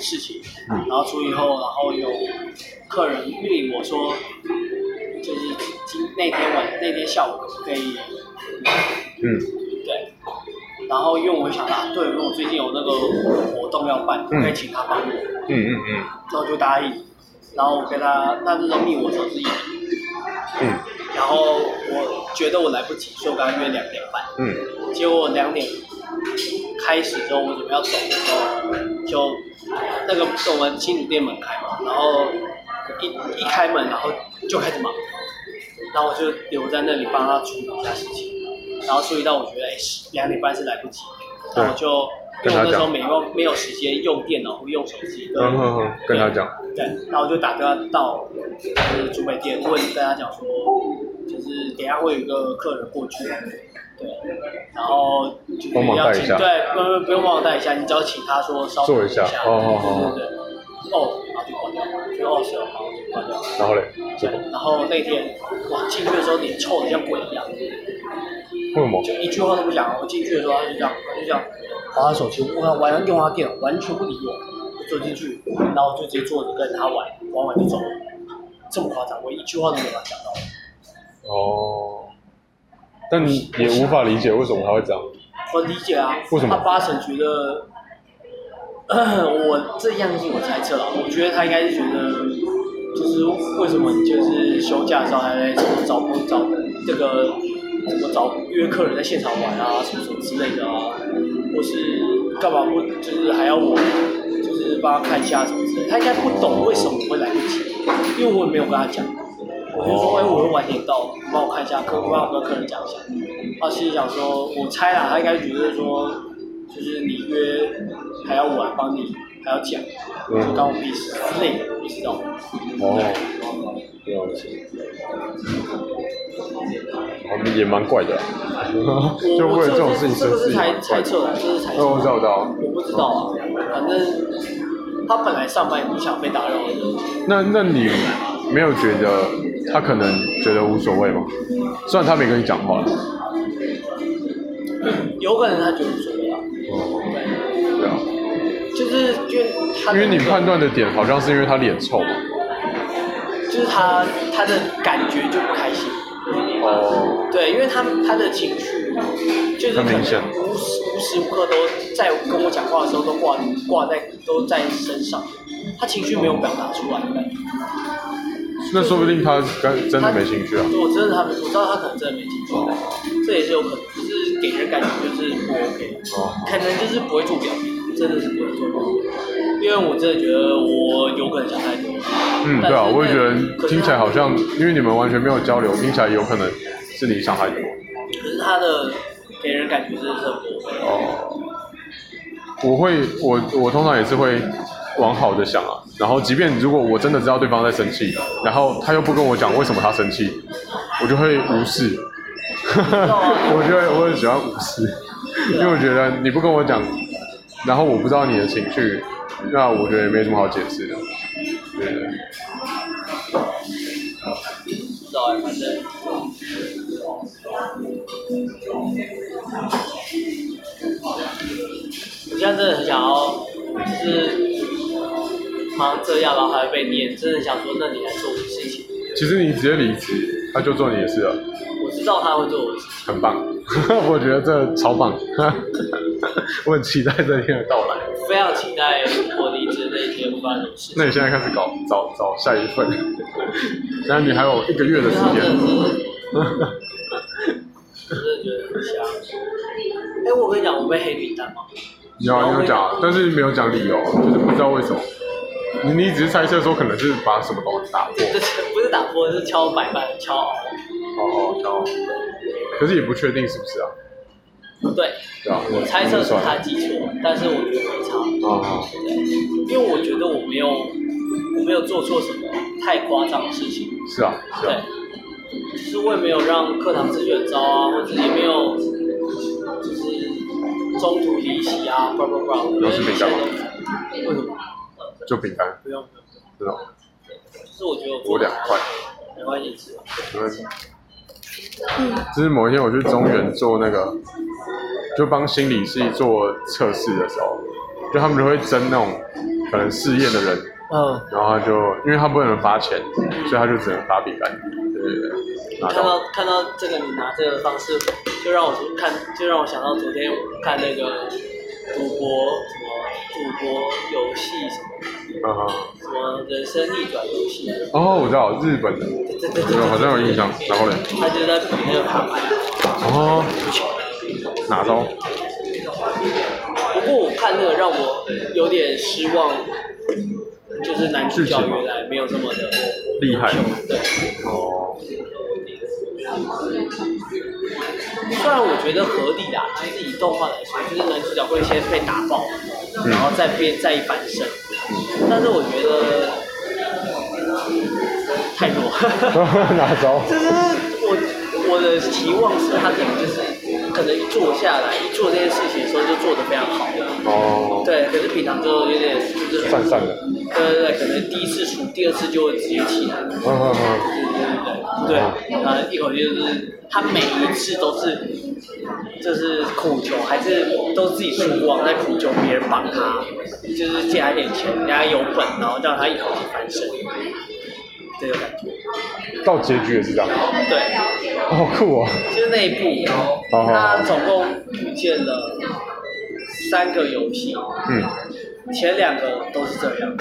事情，然后处理后，然后有客人命令我说，就是今那天晚那天下午可不可以
嗯
对，然后因为我想啊，对，如果最近有那个活动要办，可不可以请他帮我，
嗯嗯嗯
然后就答应，然后我跟他，那那时候密我的时候是一点，
嗯
然后我觉得我来不及，所以我跟他约两点半。
嗯，
结果两点开始之后，我准备要走的时候，就那个我们新竹店门开嘛，然后一一开门，然后就开始忙，然后我就留在那里帮他处理一下事情，然后处理到我觉得哎两点半是来不及，然后我就因为我那时候没有没有时间用电脑或用手机，对，
嗯哼哼，跟他讲，
对，然后我就打电话到就是主美店问，跟他讲说，就是等一下会有一个客人过去，对，然后就是
帮忙
要
带一
请
下
对，不不不用帮我带一下，你只要请他说稍
坐
等
一下
下，
哦哦哦
对对对，哦，然后就挂掉，就哦是哦，好就挂掉。
然后嘞，这
对
个，
然后那天哇进去的时候脸臭的像鬼一样，
为什么？
就一句话都不讲。我进去的时候他就这样，他就这样划他手机，我看玩用他电脑，完全不理我。我走进去，然后我就直接坐着跟他玩，玩完就走了。这么夸张，我一句话都没有跟他讲到。
哦，但你也无法理解为什么他会这样。
我理解啊，
为什么
他八成觉得， 我这样是我猜测了，我觉得他应该是觉得，就是为什么你就是休假的时候还在找不找这个怎么找约客人在现场玩啊，什么什么之类的啊，或是干嘛不就是还要我就是帮他看一下什么之类的，他应该不懂为什么会来不及，因为我也没有跟他讲。我就
哦
说，哎、我会晚点到，你帮我看一下客，帮我跟客人讲一下。他心里想说，我猜啦，他应该觉得说，就是你约还要晚，帮你还要讲，
嗯
就当我屁事之类的，不知道。
哦，了解。我们也蛮怪的啊，就
我
为
我
了这种
个
事
是
情
这
生
个是
气。
猜猜测的，这是猜测
那我知
的。
道，我知道。
我不知道啊，反正他本来上班也不想被打扰的。
那那你没有觉得他可能觉得无所谓吗？虽然他没跟你讲话。
有可能他觉得无所谓啊，
哦，
对，
对啊，
就是因为他
因
的
为你
那个
判断的点好像是因为他脸臭嘛。
就是他他的感觉就不开心，
哦，
对，因为他他的情绪就是可
很
能
明显
无时无时无刻都在跟我讲话的时候都挂挂在都在身上，他情绪没有表达出来。
那说不定他真真的没兴趣啊。哦
我真的他我知道他可能真的没情绪，这也是有可能，就是给人感觉就是不 OK，
哦，
可能就是不会做表演，真的是不会做表演，因因为我真的觉得我有可能想太多。
嗯，对啊，我也觉得听起来好像，因为你们完全没有交流，听起来有可能是你伤害的。
可是他的给人感觉就是很模糊。
哦，我会，我我通常也是会往好的想啊。然后，即便如果我真的知道对方在生气，然后他又不跟我讲为什么他生气，我就会无视。 我就会，我很喜欢无视， 因为我觉得你不跟我讲，然后我不知道你的情绪，那我觉得也没什么好解释的。对对。
不知道哎，反正我现在真的很想要，就是忙这样，然后还被念，真的想说，那你来做我的事情。
其实你直接离职，他就做你的事了，
我知道他会做我的事情，
很棒。 我觉得这超棒， 我很期待这天的到来。
非常期待我离职那一天会发生什么事情。
那你现在开始搞找找下一份，然后你还有一个月的时
因为他真的
间。
是我真的觉得很香。哎、我跟你讲，我被黑名单吗？
你要你有讲啊，但是没有讲理由，就是不知道为什么。你你只是猜测说可能是把什么东西打破，
这是不是打破，是敲白板敲凹。
哦哦，然后，可是也不确定是不是啊，
对，
对吧？
我猜测是
算
他
了。
记错，但是我觉得没差，
哦，
因为我觉得我没有我没有做错什么太夸张的事情。
是啊，是
对
啊，，
就是我也没有让课堂秩序很糟啊，或者也没有就是中途离席啊，不不不，我觉
有
得
事
这
没
些
干
都
嘛
为什么？
就饼干
不用不用，不用
这种，
就是我觉得我
我
做
两块。
没关系，吃吧。
因为就是某一天我去中原做那个，就帮心理系做测试的时候，就他们就会征那种可能试验的人，
嗯。
然后他就因为他不能发钱，所以他就只能发饼干，对对对，拿
看
到
到看到这个你拿这个方式，就让我看，就让我想到昨天我看那个赌博什么赌博游戏什么
嗯哼，
什么人生逆转游戏，
哦，我知道日本的，
对对对对
我好像有印象，然后嘞，
他就在比那个卡牌。
哦，拿到，
不过我看那个让我有点失望，就是男主角原来没有这么的
厉害，
对。
哦，
虽然我觉得合理啊，就是以动画来说，就是男主角会先被打爆，然后再变再翻身，但是我觉得太弱，
拿到，
就是我我的期望是他可能就是可能一坐下来一做这件事情的时候就做得非常好，
哦，
对，可是平常就有点就是
散散的，
对对对，可能第一次输，第二次就会直接起来。
嗯嗯嗯，
对，然后一口气就是他每一次都是，就是苦求，还是都自己出网在苦求别人帮他，就是借他一点钱，人家有本，然后让他一口气翻身，这个感觉。
到结局也是这样，
对，
好酷哦，
就是那一部，
好好好
他总共推荐了三个游戏，
嗯。
前两个都是这样，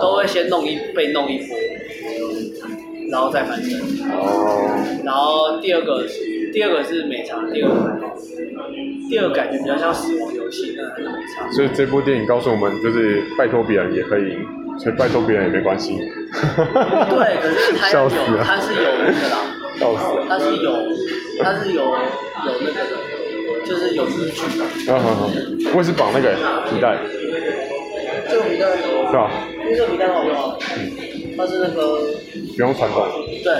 都会先弄一被弄一波，然后再翻身。
哦，
然后第二个是第二个是美差，第二个还好第二个感觉比较像死亡游戏，那还是美差。
所以这部电影告诉我们，就是拜托别人也可以，所以拜托别人也没关系。
对，可是 它
笑
有
死了
它是有那个啦，
笑死了。
它是有它是有有那个的，就是有依据的。
啊好好，我也是绑那个皮带，
这个皮蛋
是吧？
因为这个皮蛋好不好？它是那个
不用传统，
对，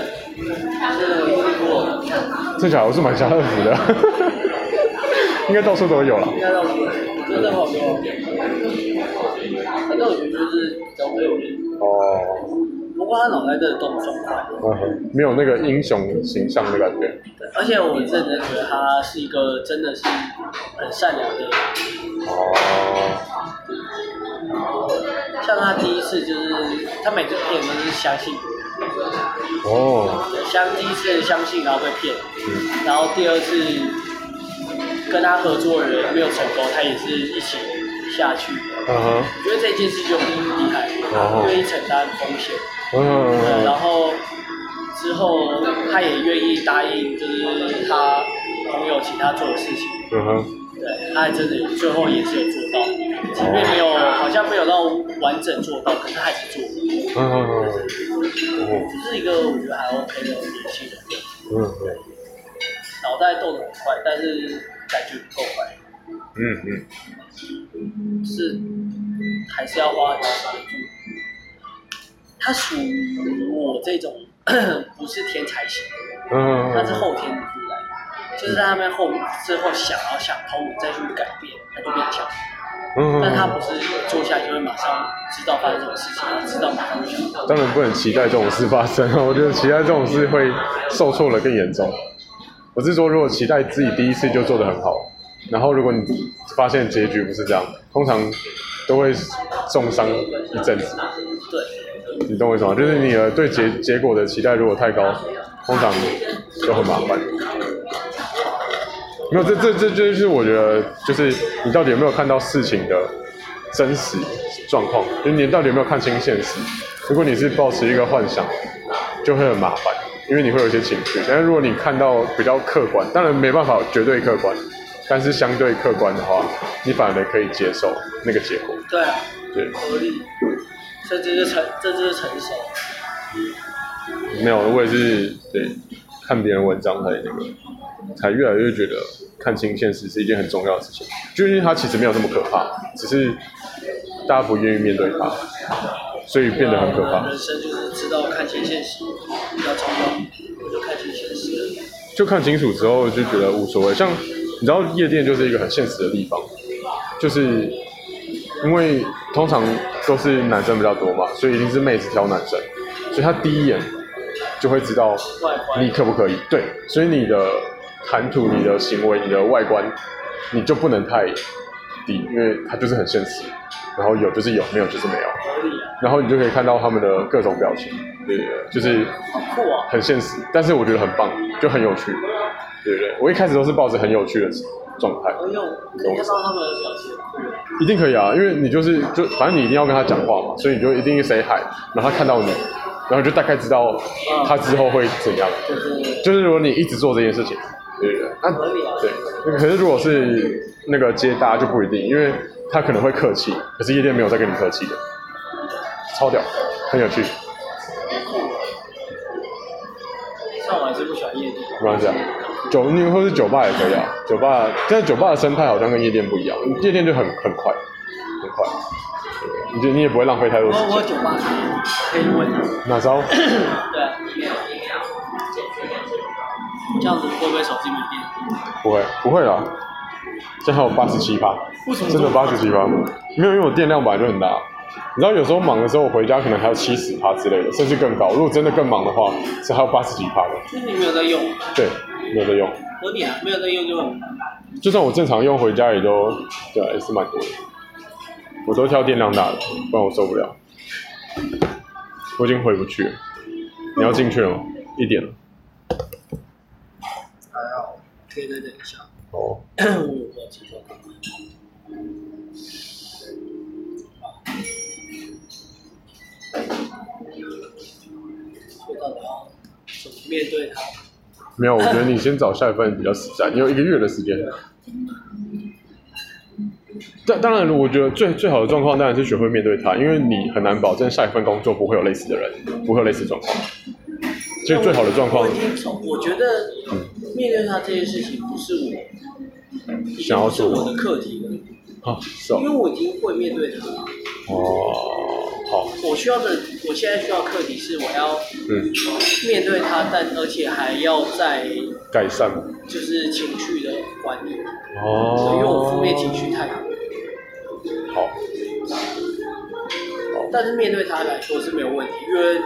是那个优衣库的，
这假如是蛮家乐福的， 应该到处都有了。
应该到时候真的好用。反正我觉得就是比较会有趣，
哦，
不过他脑袋真的动得算快。
嗯哼，没有那个英雄形象的感觉。
对，而且我真的觉得他是一个真的是很善良的人，
哦，
像他第一次就是他每次骗都是相信，
哦，
相第一次相信然后被骗，然后第二次跟他合作的人没有成功，他也是一起下去的。
嗯哼，
我觉得这件事就很厉害
哦，
愿意承担风险，
嗯
然后之后他也愿意答应就是他朋友请他做的事情。
嗯哼，
对，对，他真的有最后也是有做到，即便没有好像没有到完整做到，可是还是做，
嗯嗯嗯嗯
就是一个我觉得还 OK 的年轻人，
嗯嗯
脑袋动得很快，但是感觉不够快，
嗯嗯，
就是还是要花很多时间。他属于我这种不是天才型的人，
嗯，
但是后天出来，就是在他们后之后想要想通，你再去改变，他就变强。
嗯，
但他不是坐下就会马上知道发生什么事情，知道马上就想到。
当然不能期待这种事发生啊！我觉得期待这种事会受挫的更严重。我是说，如果期待自己第一次就做得很好，然后如果你发现结局不是这样，通常都会重伤一阵子。
对，
你懂我意思吗？就是你的对结结果的期待如果太高，通常就很麻烦。没有，这这这这就是我觉得，就是你到底有没有看到事情的真实状况？就是你到底有没有看清现实？如果你是抱持一个幻想，就会很麻烦，因为你会有一些情绪。但是如果你看到比较客观，当然没办法绝对客观，但是相对客观的话，你反而可以接受那个结果。
对啊，
对。
合理，这就是成，这就是成熟。
没有，我也是对看别人文章才那个，才越来越觉得看清现实是一件很重要的事情，就因为它其实没有那么可怕，只是大家不愿意面对它，所以变得很可
我
怕
们。人生就是知道看清现实比较重要，我就看清现实了。
就看清楚之后就觉得无所谓。像你知道，夜店就是一个很现实的地方，就是因为通常都是男生比较多嘛，所以一定是妹子挑男生，所以他第一眼就会知道
外观
你可不可以？对，所以你的谈吐、你的行为、你的外观，你就不能太低，因为它就是很现实。然后有就是有，没有就是没有。
合理啊，
然后你就可以看到他们的各种表情，对，就是
好酷啊！
很现实，但是我觉得很棒，就很有趣，对不对？我一开始都是抱着很有趣的状态，
我用可以看到他们的表情，酷啊
一定可以啊，因为你就是就反正你一定要跟他讲话嘛，所以你就一定 say hi，然后他看到你，然后就大概知道他之后会怎样。
就是
就是如果你一直做这件事情，对不对？那
合理啊。
对，那可是如果是那个接搭就不一定，因为他可能会客气，可是夜店没有在跟你客气的，超屌，很有趣，是
像我还是不喜欢夜店，
吧？这样，啊酒你或是酒吧也可以啊，酒吧，但是酒吧的生态好像跟夜店不一样，夜店就很很快，很快，对你就你也不会浪费太多时
我我
间。
酒吧可以可以问啊。
哪招？
对啊，这样子会不会手机没电？
不会，不会啦，这还有八十七趴，
为什么
真的八十七趴？没有，因为我电量本来就很大。你知道有时候忙的时候，我回家可能还有七十趴之类的，甚至更高。如果真的更忙的话，是还有八十几趴的。
就是你没有在用，
对，没有在用。
合理啊，没有在用就很
就算我正常用，回家也都对啊，也是蛮多的。我都挑电量大的，不然我受不了。我已经回不去了。你要进去了吗？一点了。
还好，可以再等一下。
哦，
我有个情况，我到底要怎么面对它？
没有，我觉得你先找下一份比较实在，你有一个月的时间。但当然，我觉得最最好的状况当然是学会面对它，因为你很难保证下一份工作不会有类似的人，不会有类似状况。所以最好的状况
我已经从我觉得面对它这件事情不是我
想要
不是
做
我
的
的课题了，
啊，是哦
因为，我已经会面对它了。
哦，好，
我需要的，我现在需要课题是我要
嗯，
面对它，但而且还要在
改善
就是情绪的管理，
哦，
因为我负面情绪太多，
好，
但是面对它来说是没有问题，因为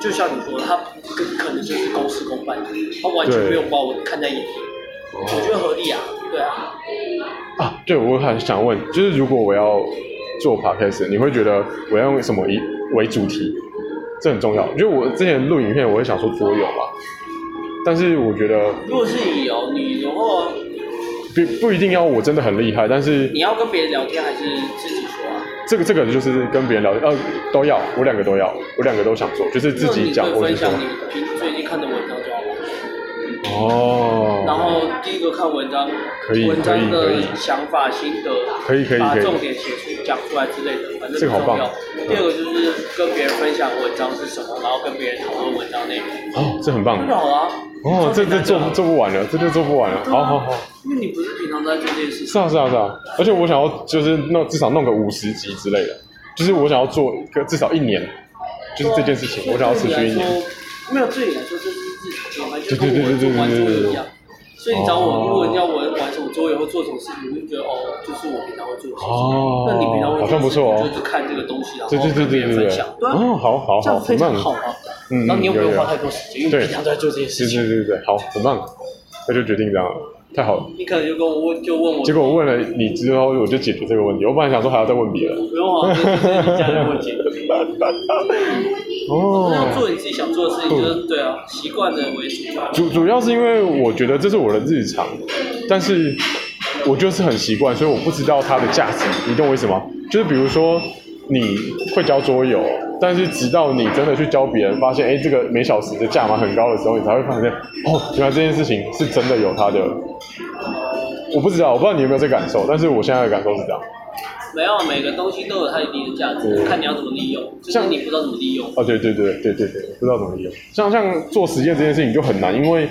就像你说，它跟可能就是公事公办的，它完全
对
没有把我看在眼里，我觉得合理啊，对啊，
啊，对，我很想问，就是如果我要做 podcast，你会觉得我要用什么以为主题？这很重要。因为我之前录影片，我会想说桌游嘛，但是我觉得
如果是你哦，你然后
不不一定要我真的很厉害，但是
你要跟别人聊天还是自己说啊？
这个这个就是跟别人聊，呃，都要，我两个都要，我两个都想做，就是自己讲
那你
或
可以
者说
分享你最近看的文章就好了。
哦，
然后第一个看文章，
可以
文章
可以可
的
以
想法、心得，
可以可以
把
可以
重点写出、讲出来之类的，反正
这个好
很
棒
重
嗯
要。第二个就是跟别人分享文章是什么，然后跟别人讨论文章内容，
哦，这很棒
很好啊。
哦，这这做做不完了，这就做不完了，
对啊
好好好，
因为你不是平常都在做这件事情，
是啊是啊是啊，而且我想要就是弄至少弄个五十集之类的，就是我想要做一个至少一年，就是这件事情，我想要持续一
对你啊
年，
来说。没有对你来说，这是自己做，完
对
全
对对对
跟
对
我玩
对对
桌
对
游
对
一样。所以你找我，
哦
如果你要我玩什么桌游或做什么事情，我就觉得哦，就是我平常会做的事情。
哦
那你平常会做的
好像不错
事情
哦
就，是看这个东西，然后
对对对
跟别
对
人
对
分
对
享，，啊对啊，
哦，好好
这
好，
样非
很
常
棒，
好啊。
嗯，嗯
然后你又不用
有有
花太多时间，因为
对
你平常都在做这些
对
事情。
对对对，好，很棒，那就决定这样了，太好了。
你可能就跟我问，就问我，
结果我问了你之后，我就解决这个问题。我本来想说还要再问别人。
不用啊，这是你家的问 题。要
哦，
做你自己想做的事情，就是对啊，习惯的为主吧。
主主要是因为我觉得这是我的日常，但是我就是很习惯，所以我不知道它的价值。你懂我意思吗？就是比如说你会教桌游，但是直到你真的去教别人，发现哎这个每小时的价码很高的时候，你才会发现哦，原来这件事情是真的有它的。我不知道，我不知道你有没有这感受，但是我现在的感受是这样。
没有，每个东西都有它一定的价值，
对
看你要怎么利用，就是
像
你不知道怎么利用。
哦，对对对对对对，不知道怎么利用。像像做实验这件事情就很难，因为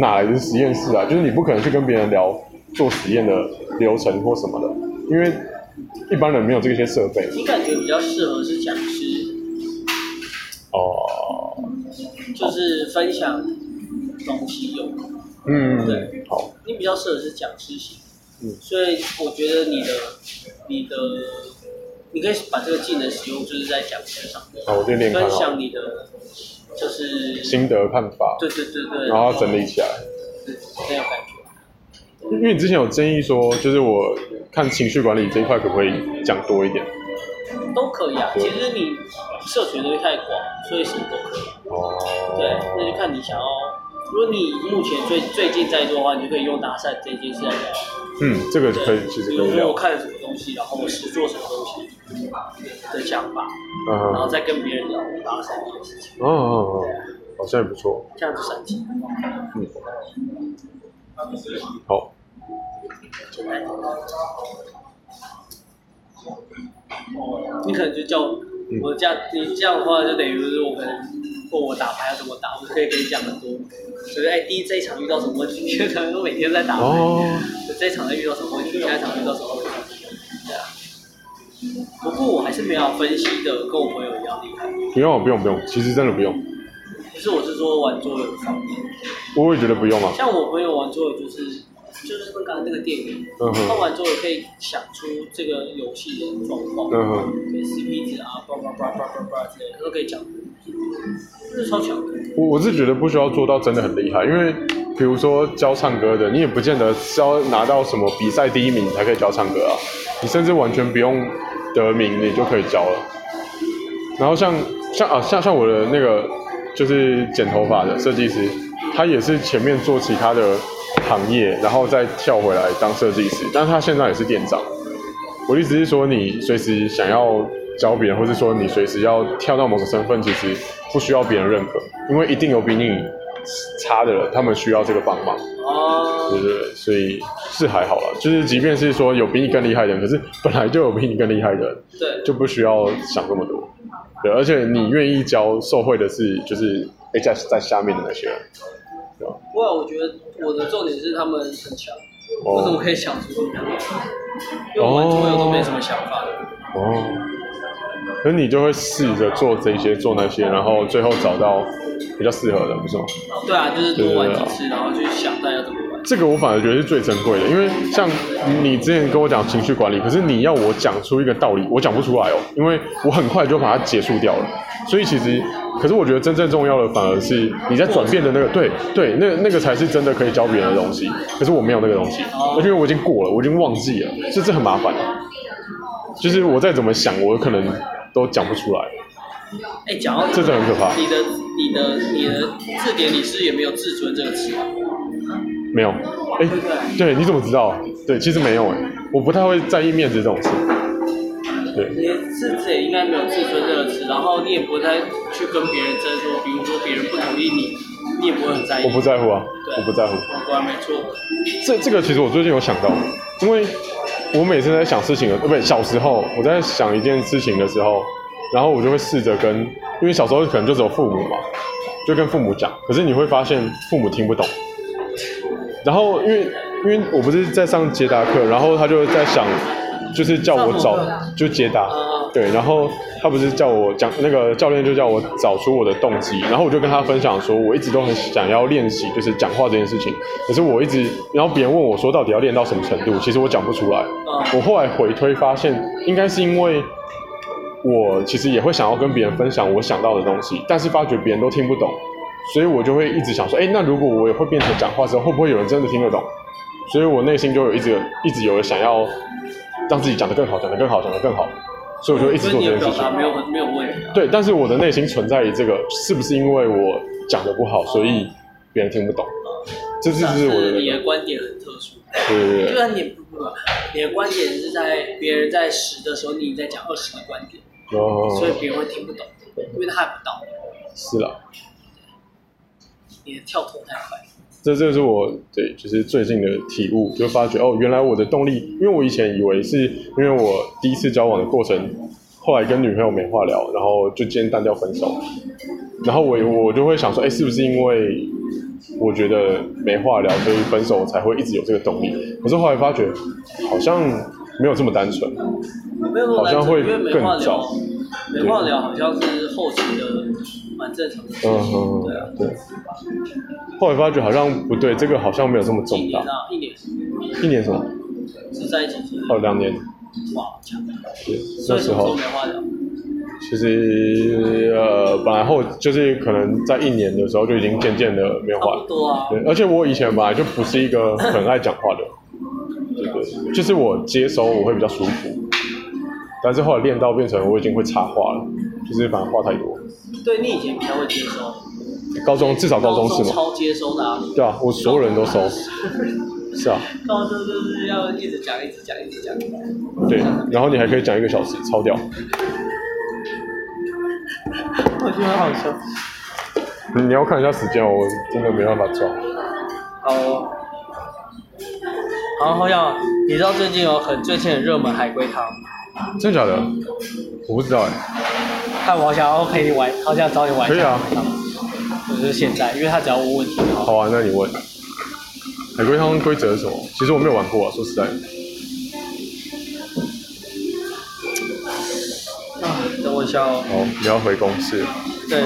哪来的实验室啊？就是你不可能去跟别人聊做实验的流程或什么的，因为一般人没有这些设备。
你感觉比较适合是讲师，
哦，
就是分享东西用。
嗯，
对，
好，
你比较适合是讲师型，
嗯
所以我觉得你的你的你可以把这个技能使用就是在讲师上面，
那我这练看
分
好了
享你的就是
心得看法，
对对对对，
然后整理起来。
对很有感觉。
因为你之前有建议说，就是我看情绪管理这一块可不可以讲多一点？
都可以啊。
对
其实你社群的东西太广，所以什么都可以。
哦，
对，那就看你想要。如果你目前最最近在做的话，你就可以用搭讪这件事来聊。
嗯，这个可以
对，，
其实
比
可
如
以
说
聊。
我看了什么东西，然后我实做什么东西的想法，
嗯
然
嗯
后再跟别人聊我搭讪这件事情，
嗯嗯，好像也不错。
这样就省钱。
嗯，好，
哦你可能就叫我
嗯
我这样，你这样的话就等于是我可能问我打牌要怎么打，我就可以跟你讲很多。就是哎，第一这一场遇到什么问题， 第二场我每天在打牌。
哦，
我这一场遇到什么问题，下一场遇到什么问题，对啊。不过我还是没有分析的，跟我朋友一样厉害。
不用不用不用，其实真的不用，
不是，我是说玩桌游方面，
我也觉得不用啊。
像我朋友玩桌游就是就是那个那个电影，
嗯
他
哼，
玩桌游可以想出这个游戏的状况，
嗯哼，
对 CP 值啊，叭叭叭叭叭叭之类的，他都可以讲，就是超强的。
我我是觉得不需要做到真的很厉害，因为比如说教唱歌的，你也不见得是要拿到什么比赛第一名才可以教唱歌啊，你甚至完全不用得名你就可以教了。然后像像啊像像我的那个就是剪头发的设计师，他也是前面做其他的行业，然后再跳回来当设计师，但是他现在也是店长。我的意思是说，你随时想要教别人，或是说你随时要跳到某个身份，其实不需要别人认可，因为一定有比你差的人，他们需要这个帮忙，
哦
对，不对？所以是还好啦，就是即便是说有比你更厉害的人，可是本来就有比你更厉害的人，
对，
就不需要想这么多。对，而且你愿意教受惠的是，就是哎在在下面的那些人。
不过我觉得我的重点是他们很强，我怎么
哦
可以想出这么多？因为我玩桌游都没什么想法的。
哦，可是你就会试着做这些做那些，然后最后找到比较适合的，不是吗？
对啊，就是多玩几次，然后去想大家怎么玩。
这个我反而觉得是最珍贵的，因为像你之前跟我讲情绪管理，可是你要我讲出一个道理，我讲不出来哦，因为我很快就把它结束掉了。所以其实，可是我觉得真正重要的反而是你在转变的那个，对对，那那个才是真的可以教别人的东西。可是我没有那个东西，而且因为我已经过了，我已经忘记了，所以这很麻烦。就是我再怎么想，我可能都讲不出来，
哎，讲到
这真的很可怕。
你的、你的、你的字典里是不是也没有“自尊”这个词啊？
没有，哎，对，你怎么知道？对，其实没有哎，我不太会在意面子这种事。对，
你的字字典应该没有“自尊”这个词，然后你也不太去跟别人争说，比如说别人不同意你，你也不会很在意。
我不在乎啊，
对
我不在乎。
我果然没错，
这这个其实我最近有想到，因为我每次在想事情的，呃，不，小时候我在想一件事情的时候，然后我就会试着跟，因为小时候可能就只有父母嘛，就跟父母讲，可是你会发现父母听不懂。然后因为因为我不是在上捷达课，然后他就在想，就是叫我找
上什么课
就捷达
嗯，
对，然后他不是叫我讲那个教练就叫我找出我的动机，然后我就跟他分享说，我一直都很想要练习就是讲话这件事情，可是我一直，然后别人问我说到底要练到什么程度，其实我讲不出来，
嗯
我后来回推发现，应该是因为我其实也会想要跟别人分享我想到的东西，但是发觉别人都听不懂，所以我就会一直想说，哎，那如果我也会变成讲话之后，会不会有人真的听得懂？所以我内心就有一直有一直有想要让自己讲得更好，讲得更好，讲得更好，所以我就一直
所以
做
你
这
的
件事
表
情
达。没有很没有问题啊。
对，但是我的内心存在于这个，是不是因为我讲得不好，所以别人听不懂？这这
但
是我的那
你的
个，
观点很特殊，
对对
就
对，
算你不不不，你的观点是在别人在十的时候，你在讲二十的观点，
哦，
所以别人会听不懂，因为他还不到，
是了。
你的跳脱太快。
这这是我对，就是最近的体悟，就发觉哦，原来我的动力，因为我以前以为是因为我第一次交往的过程，后来跟女朋友没话聊，然后就今天单调分手，然后我我就会想说，哎，是不是因为我觉得没话聊，所以分手才会一直有这个动力？可是后来发觉，好像没有这么单纯，
没有那
好
么单纯
像会
因为没话
更早
聊，没话聊好像是后期的蛮正常的事情。
嗯嗯
对啊，
嗯，对。后来发觉好像不对，这个好像没有这么
一
重
年
大。
啊，一年
一年什么？
只在一起几
哦，
年，
两年。
哇，强！
对，
所
那
以什
时
么时
候
候没。话聊？
其实呃，本来后就是可能在一年的时候就已经渐渐的没有话
差
了
不。多啊，
对，而且我以前本来就不是一个很爱讲话的人，对对，就是我接收我会比较舒服，但是后来练到变成我已经会插话了，就是反正话太多。
对你以前比较会接收，
高中至少高中是嘛？
超接收的啊，
对啊，我所有人都收，是啊，
高中就是要一直讲，一直讲，一直讲。
对，然后你还可以讲一个小时，超屌。
我觉得好笑。
你你要看一下时间哦，我真的没办法抓。
好哦，好，好像你知道最近有很最近很热门海龟汤，
真的假的？我不知道哎、
看我好想要陪你玩，好想找你玩一下海龟汤。就是现在，因为他只要问问题，然后
好啊，那你问。海龟汤规则是什么？其实我没有玩过啊，说实在的，
啊等我一下哦。
好，你要回公司。
对，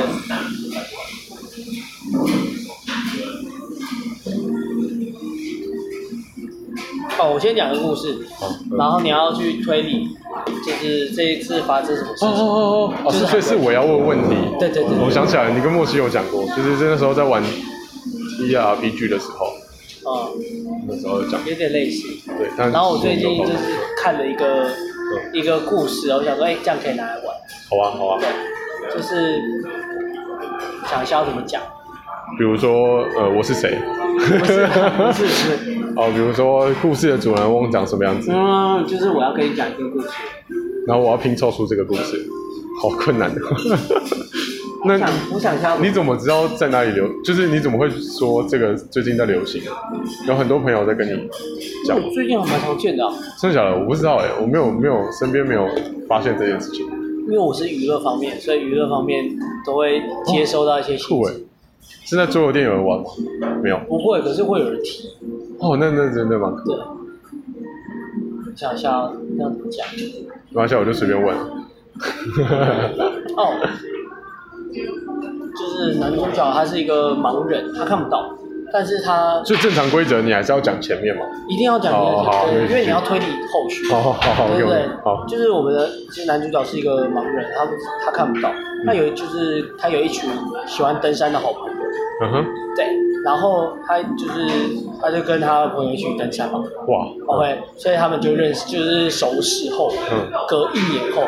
哦，我先讲个故事，
好，嗯
然后你要去推理，就是这一次发生什么事
哦
情。
哦哦哦哦，
就是
是所以是我要问问题。
对对对
我
对，
想起来，你跟莫西有讲过，就是那时候在玩 E R P G 的时候，
哦、
那时候有讲
有点类似。
对。但
然后我最近
有
就
空
是看了一个
嗯
一个故事，我想说，哎、这样可以拿来玩。
好啊好啊，
对，就是想一下要怎么 讲，
比如说呃，我是谁？
不是不是不是，
哦，比如说故事的主人翁长什么样子，
嗯，就是我要跟你讲一个故事。
然后我要拼凑出这个故事，好困难的。 那
我想我想一下，
你怎么知道在哪里流？就是你怎么会说这个最近在流行？有很多朋友在跟你讲，
我最近还蛮常见的啊、
真的假的？我不知道哎、我没有没有身边没有发现这件事情。
因为我是娱乐方面，所以娱乐方面都会接收到一些信
酷哎、
息。
是在桌游店有人玩吗？没有。
不会，可是会有人提。
哦，那那真的蛮酷
对，想一下要怎么讲。
没关系，我就随便问。
哦，就是男主角他是一个盲人，他看不到，但是他
就正常规则，你还是要讲前面嘛。
一定要讲
哦好
这
对
些，对，因为你要
对
推理后续。
好好好好，
对
给
不
我
对？
好。
就是我们的，其实男主角是一个盲人，他他看不到，那有就是他有一群喜欢登山的好朋友，
嗯哼，
对，然后他就是他就跟他的朋友一起登山嘛
哇。
，OK，所以他们就认识，就是熟识后，
嗯
隔一年后，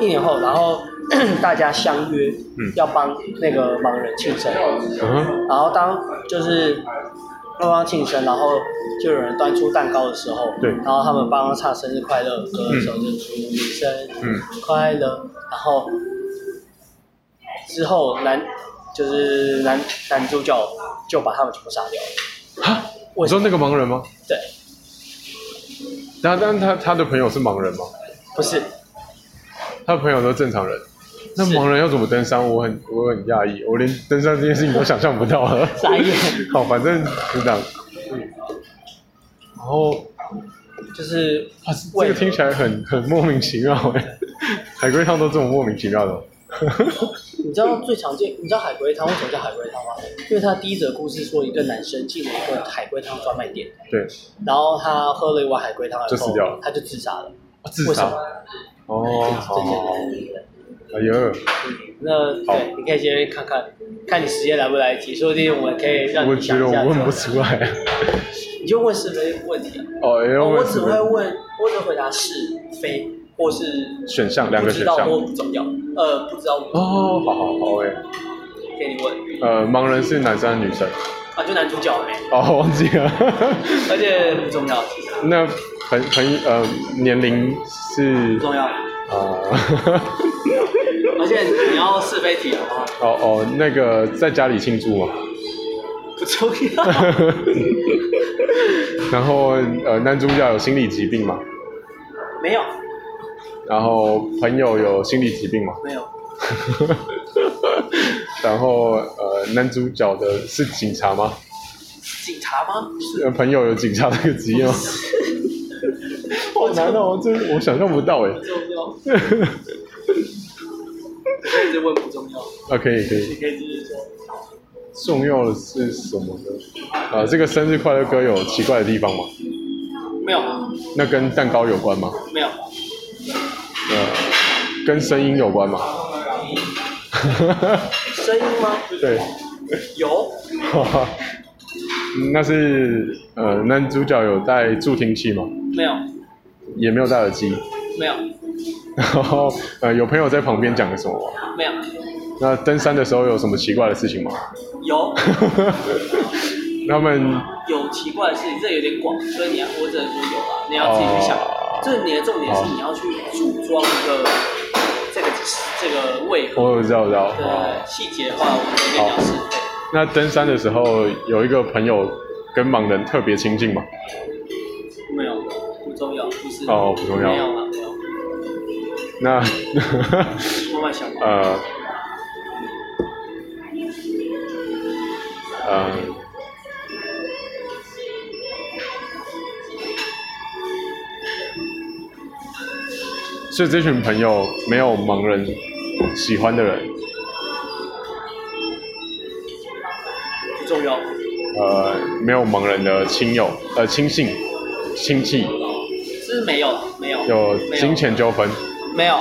一年后，然后大家相约
嗯
要帮那个盲人庆生，
嗯哼，
然后当就是帮帮庆生，然后就有人端出蛋糕的时候，
对
然后他们帮他唱生日快乐歌的时候，就祝生
嗯
日快乐，然后之后男就是男男主角就把他们全部杀掉了。
哈，
为
你
什
说
么？
那个盲人吗？
对，
但但他他的朋友是盲人吗？
不是，
他的朋友都正常人，那
是
盲人要怎么登山？我很我很讶异，我连登山这件事情都想象不到了。
傻眼，
好，反正就这样。然后
就是
啊，这
为
个
了
听起来很 很莫名其妙哎，海龟汤都这么莫名其妙的。
你知道最常见，你知道海龟汤为什么叫海龟汤吗？因为它第一则故事说一个男生进了一个海龟汤专卖店，
对，
然后他喝了一碗海龟汤以后，
就死掉了
他就自杀了。
自
为什
杀
么？
哦，好
这
好好，
件嗯
哎呦，
那
好
对，你可以先看看，看你时间来不来得及，说不定我可以让
我
你
觉
想
得
一
我
下。
问不出来。
你就问是非问题啊。
哦，哎呦，
哦我
问
只
什
会
么？
问，我只会回答是非或是
选项两
不
个
知
选
道
项。
或
哦，
不重要。呃，不知道
好好好哎，
给你问
呃，盲人是男生还是女生？
啊，就男主角呗，
哦，忘记了。
而且不重要，其实
那朋朋友呃年龄是
不重要，
啊、呃
而且你要是非题的话
哦哦那个在家里庆祝嘛，
不重要，
然后呃男主角有心理疾病嘛，
没有
然后朋友有心理疾病嘛，
没有，
然后呃男主角的是警察吗？
警察吗？
呃朋友有警察这个职业吗？好难哦，这我想象不到哎
不。重 要，你可以直问不重要，
啊，可以可以
你。可以继续说。
重要的是什么呢？呃，这个生日快乐歌有奇怪的地方吗？
没有，啊
那跟蛋糕有关吗？
没有，
呃，跟声音有关吗？
声音吗？
对，
有，
那是呃，男主角有戴助听器吗？
没有，
也没有戴耳机。
没有，
然后呃，有朋友在旁边讲了什么吗？
没有，
那登山的时候有什么奇怪的事情吗？
有，
他们
有奇怪的事情，这有点广，所以你要我只能说有啊，你要自己去想。
哦
这你的重点是
好
你要去组装一个这个这个为何
我知道我知道。
的细节化，我们跟你讲是非，
那登山的时候有一个朋友跟盲人特别亲近吗？
没有不重要，不是
哦不重要
没有啊，没有，
那
慢慢想吧。
呃，呃，所以这群朋友没有盲人喜欢的人，
不重要，
呃，没有盲人的亲友，呃，亲信、亲戚，
是没有没有
有
没有
金钱纠纷，
没有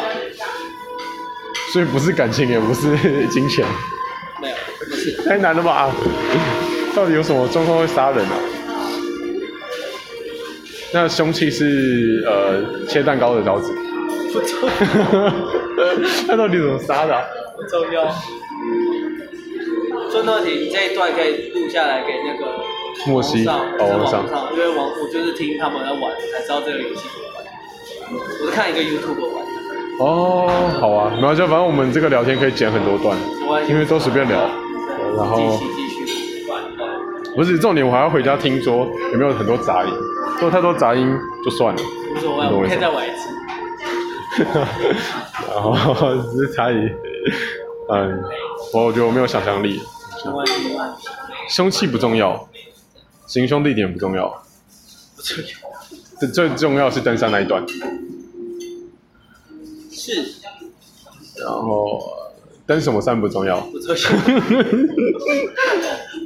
所以不是感情，也不是金钱，
没有不是
太难了吧？到底有什么状况会杀人啊？那凶器是呃切蛋糕的刀子，
不重
那到底怎么杀的啊、
不重要。孙特婷这一段可以录下来给那个
莫西
网
哦，王
上，网
上
上，因为网我就是听他们在玩，我才知道这个游戏怎么玩。我是看一个 YouTube 玩的，
哦，好啊，没关系，反正我们这个聊天可以剪很多段，
没关系
因为都随便聊。然后
继续继续玩。
不是重点，我还要回家听说有没有很多杂音，如果太多杂音就算了。
无所谓，我们可以再玩一次。
然后只是差异，嗯，我觉得我没有想象力，
没问题，没问题，
凶器不重要，行凶地点不重要，
不重要。
最最重要是登山那一段。
是
然后呃登什么山不重要，啊
不重要。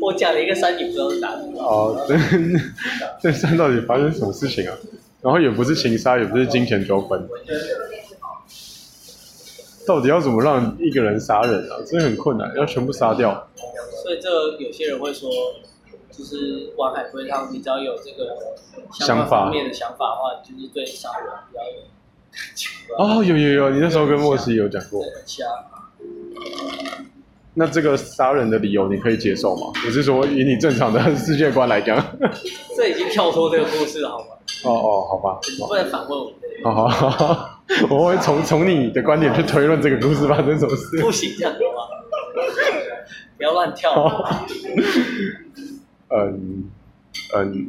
我讲了一个三，你不知道是哪个。
哦，登 登山到底发生什么事情啊？然后也不是情杀，也不是金钱纠纷，到底要怎么让一个人杀人啊？真的很困难，要全部杀掉。
所以这个有些人会说，就是玩海龟汤，你只要有这个
想
相关
法
方面的想法的话，你就是对杀人比较有感情吧。
哦，有有有，你那时候跟莫西有讲过。
对，瞎。
那这个杀人的理由你可以接受吗？我是说，以你正常的世界观来讲。
这已经跳脱这个故事了，好吗？
哦哦，好吧，
你不能反问我，
好好好好，哦 我会从从你的观点去推论这个故事发生什么事。
不行，这样好吗？不要乱跳。
哦嗯嗯，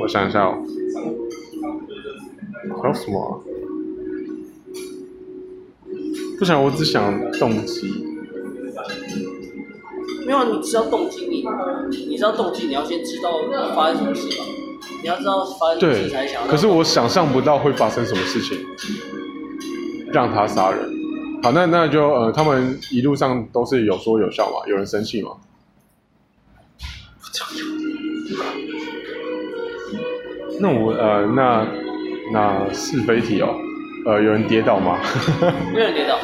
我想一下哦，还有什么啊、不想，我只想动机。
没有啊，你知道动机，你你知道动机，你要先知道发生什么事吧？你要知道发生什么
对
事才想要。，
可是我想象不到会发生什么事情，让他杀人。好，那那就呃，他们一路上都是有说有笑嘛，有人生气嘛。那我呃，那那是非题哦，呃，有人跌倒吗？
没有人跌倒，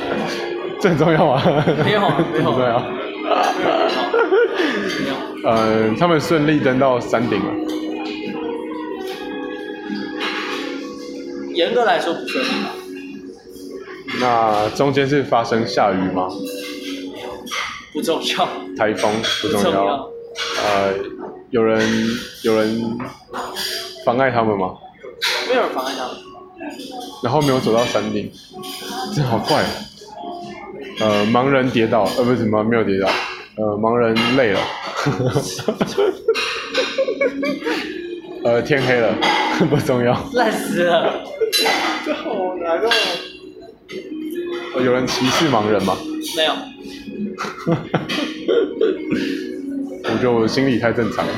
这很重要吗？
没有啊没
这
有
很重
啊
要。
没有人跌倒，没有。
呃，他们顺利登到山顶了。
严格来说不顺利吧？
那中间是发生下雨吗？
不重要，
台风不
不
重
重
要。
要。
呃，有人有人妨碍他们吗？
没有人妨碍他们。
然后没有走到山顶，这好怪、哦。呃，盲人跌倒，呃，不是盲没有跌倒，呃，盲人累了。 呃，天黑了， 不重要。
烂死了！
这好难哦。有人歧视盲人吗？
没有，
我觉得我心里太正常了。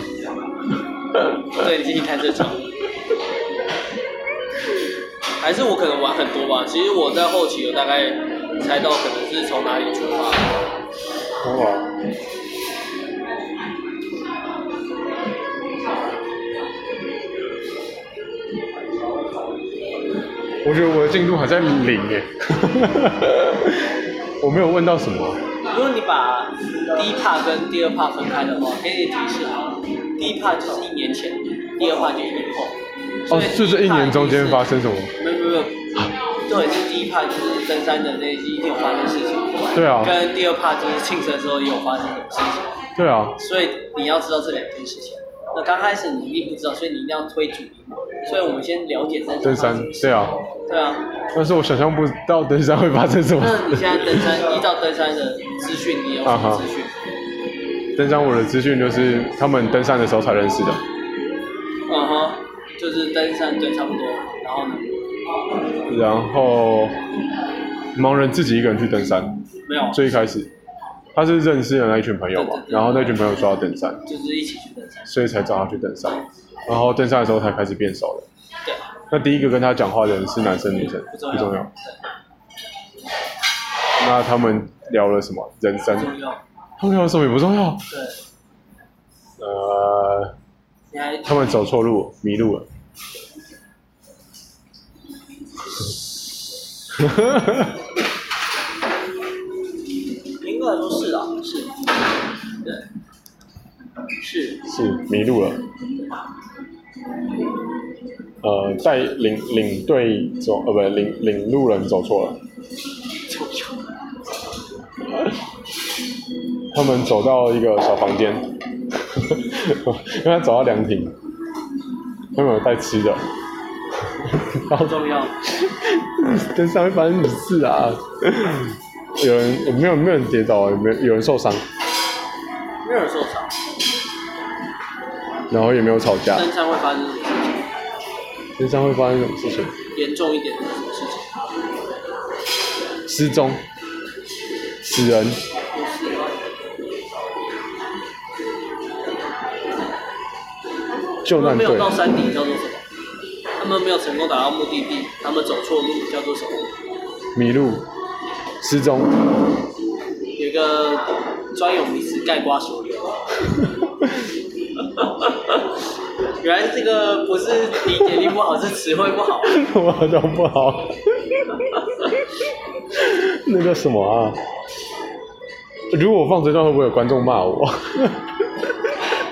对，你今天看这场，还是我可能玩很多吧。其实我在后期有大概猜到可能是从哪里出发，
哇。我觉得我的进度还在零耶， 我没有问到什么。
如果你把第一帕跟第二帕分开的话，给你提示啊，第一帕就是一年前，第二帕就是一年后。
哦
所以，第
就
一
是一
帕
年中
就
间
是
发生什么？
没有没有没有，重点是第一 part 就是登山的那一定有发生事情，
对啊
跟第二 part 就是庆生的时候也有发生什么事情，
对啊，
所以你要知道这两件事情。那刚开始你一定不知道，所以你一定要推主题嘛。所以我们先了解登
登山
山发生什么事。
对啊，
对啊，
但是我想象不到登山会发生什么
那你
事。
现在登山依照登山的资讯，你有什么资讯？
登山我的资讯就是他们登山的时候才认识的。啊
嗯哼，就是登山对，差不多。然后呢？
然后盲人自己一个人去登山，
没有，啊
最一开始他是认识的那一群朋友嘛
对对，对
然后那群朋友说要登山，
就是一起去登山。
所以才找他去登山，然后登山的时候才开始变熟的。
对，
那第一个跟他讲话的人是男生女生
不重要
不重要。那他们聊了什么？人生
不？重要。
他们聊了什么也不重要。
对，
呃，
你还
他们走错路，迷路了。
严格来说是啊，是，对，是
是迷路了。呃，带领领队走，呃，不，领领路人走错了。
就就
他们走到一个小房间， 因为他走到凉亭，他们有带吃的。 然后
不重要，
登山会发生什么事啊？有人有没有没有人跌倒，有没有有人受伤，
没有人受伤，
然后也没有吵架。
登山会发生什么事情？
登山会发生什么事情？
严重一点的什么事情？
失踪，死人，救
他们
难
没有
队，
到山顶叫做什么？他们没有成功达到目的地，他们走错路叫做什么？
迷路，失踪，
有一个专有名词概括所有。 原来这个不是理解力不好，是词汇不好。
我都不好。那个什么啊，如果我放这段会不会有观众骂我？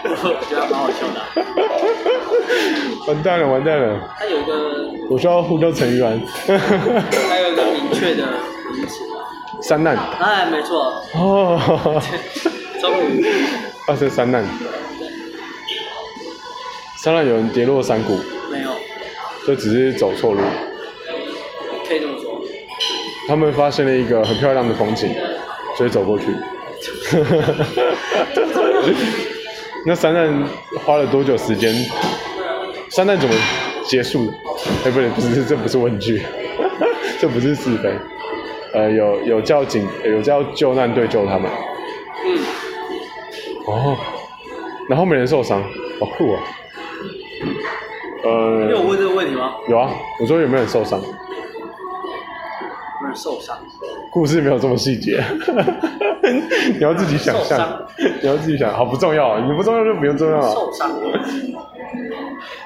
我觉得还蛮好笑的啊、
完蛋了，完蛋了！
它有一个
我需要呼叫成员。
还有一个明确的名词。啊
三难
哎，没错，
哦，
终于
发生三难，三难有人跌落山谷，
没有，
就只是走错路。
可以这么说。
他们发现了一个很漂亮的风景，所以走过去。 那三难花了多久时间？三难怎么结束的？哎，不对，不是，这不是问句， 这不是是非。呃，有有叫警，有叫救难队救他们。
嗯，
哦，然后没人受伤，好酷哦。
你有
呃，
问这个问题吗？
有啊，我说有没有人受伤？
有人受伤，
故事没有这么细 节，你要自己想
受
象
伤，
你要自己想，好不重要，啊你不重要就不用重要了。
受伤，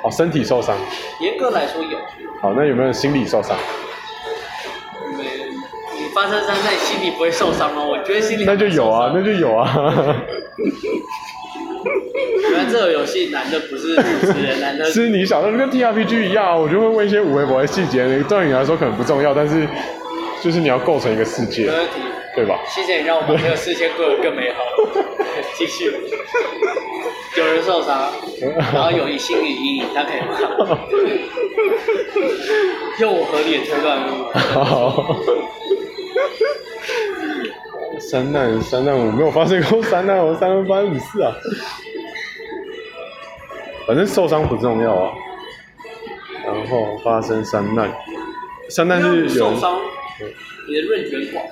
好，身体受伤，
严格来说有，
好，那有没有心理受伤？
没，你发生伤害心里不会受伤吗？我觉得心里
那就有 啊，那就有啊，
原来这个游戏难的不是主持人，难的
是你想的，跟 T R P G 一样啊，我就会问一些五微博的细节，对你来说可能不重要，但是就是你要构成一个世界
没，问题。
对吧？
谢谢你让我把这个世界过得更美好。 继续，有人受伤，然后有一心理阴影，他可 以看。用我合理的推断，
好。 三难三难，我没有发生过三难，我三难发生五次啊。反正受伤不重要啊。然后发生三难，三难是有
受
人
伤，你的润卷广，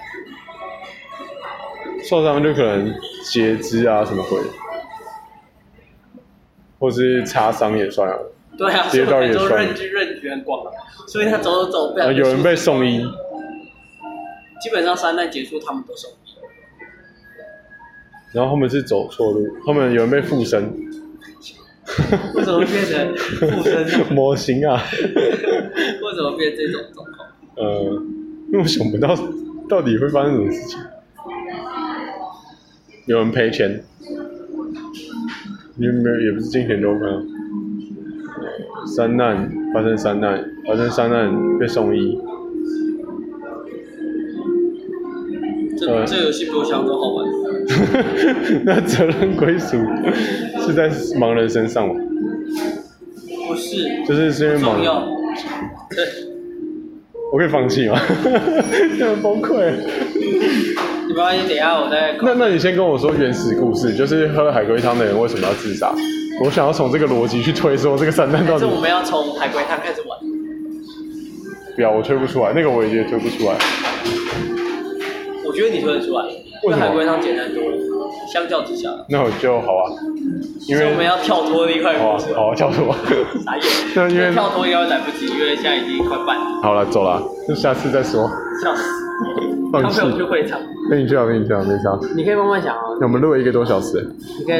受伤就可能截肢啊什么鬼的，或是擦伤也算啊。
对啊，
跌倒也
所以我才说
算
润之润卷广，啊所以他走走走，不
然后
然
呃有人被送医，
基本上三难结束，他们都受伤。
然后他们是走错路，他们有人被附身，
为什么变成附身呢？
模型啊。
为什么变这种状况？
呃，因为我想不到到底会发生什么事情。有人赔钱，也没有也不是金钱纠纷啊。呃三难发生三难，发生三难被送医， 呃
这这游戏比我想象中好玩。
那责任归属是在盲人身上吗？
不是，
就是是因为盲
重要
人，。
对，
我可以放弃吗？ 这样崩溃。
你没关系，等一下我再
那那你先跟我说原始故事，就是喝海龟汤的人为什么要自杀？我想要从这个逻辑去推说这个三难到
但是
底
我们要从海龟汤开始玩。
不要，我推不出来，那个我也推不出来。
我觉得你推得出来，
为
因为
什么
海龟汤简单多了，相较之下，
那我就好啊，因
所
为
以我们要跳脱那一块
好啊
故事。
好啊，跳脱。
傻眼，
那因为
跳脱应该会来不及，因为现在已经快半了，
好了，走了，就下次再说。
笑死。
放
他
弃
陪，我去会场，
跟你去啊，跟你去啊，没差。
你可以慢慢想啊，
那我们录了一个多小时。
你可以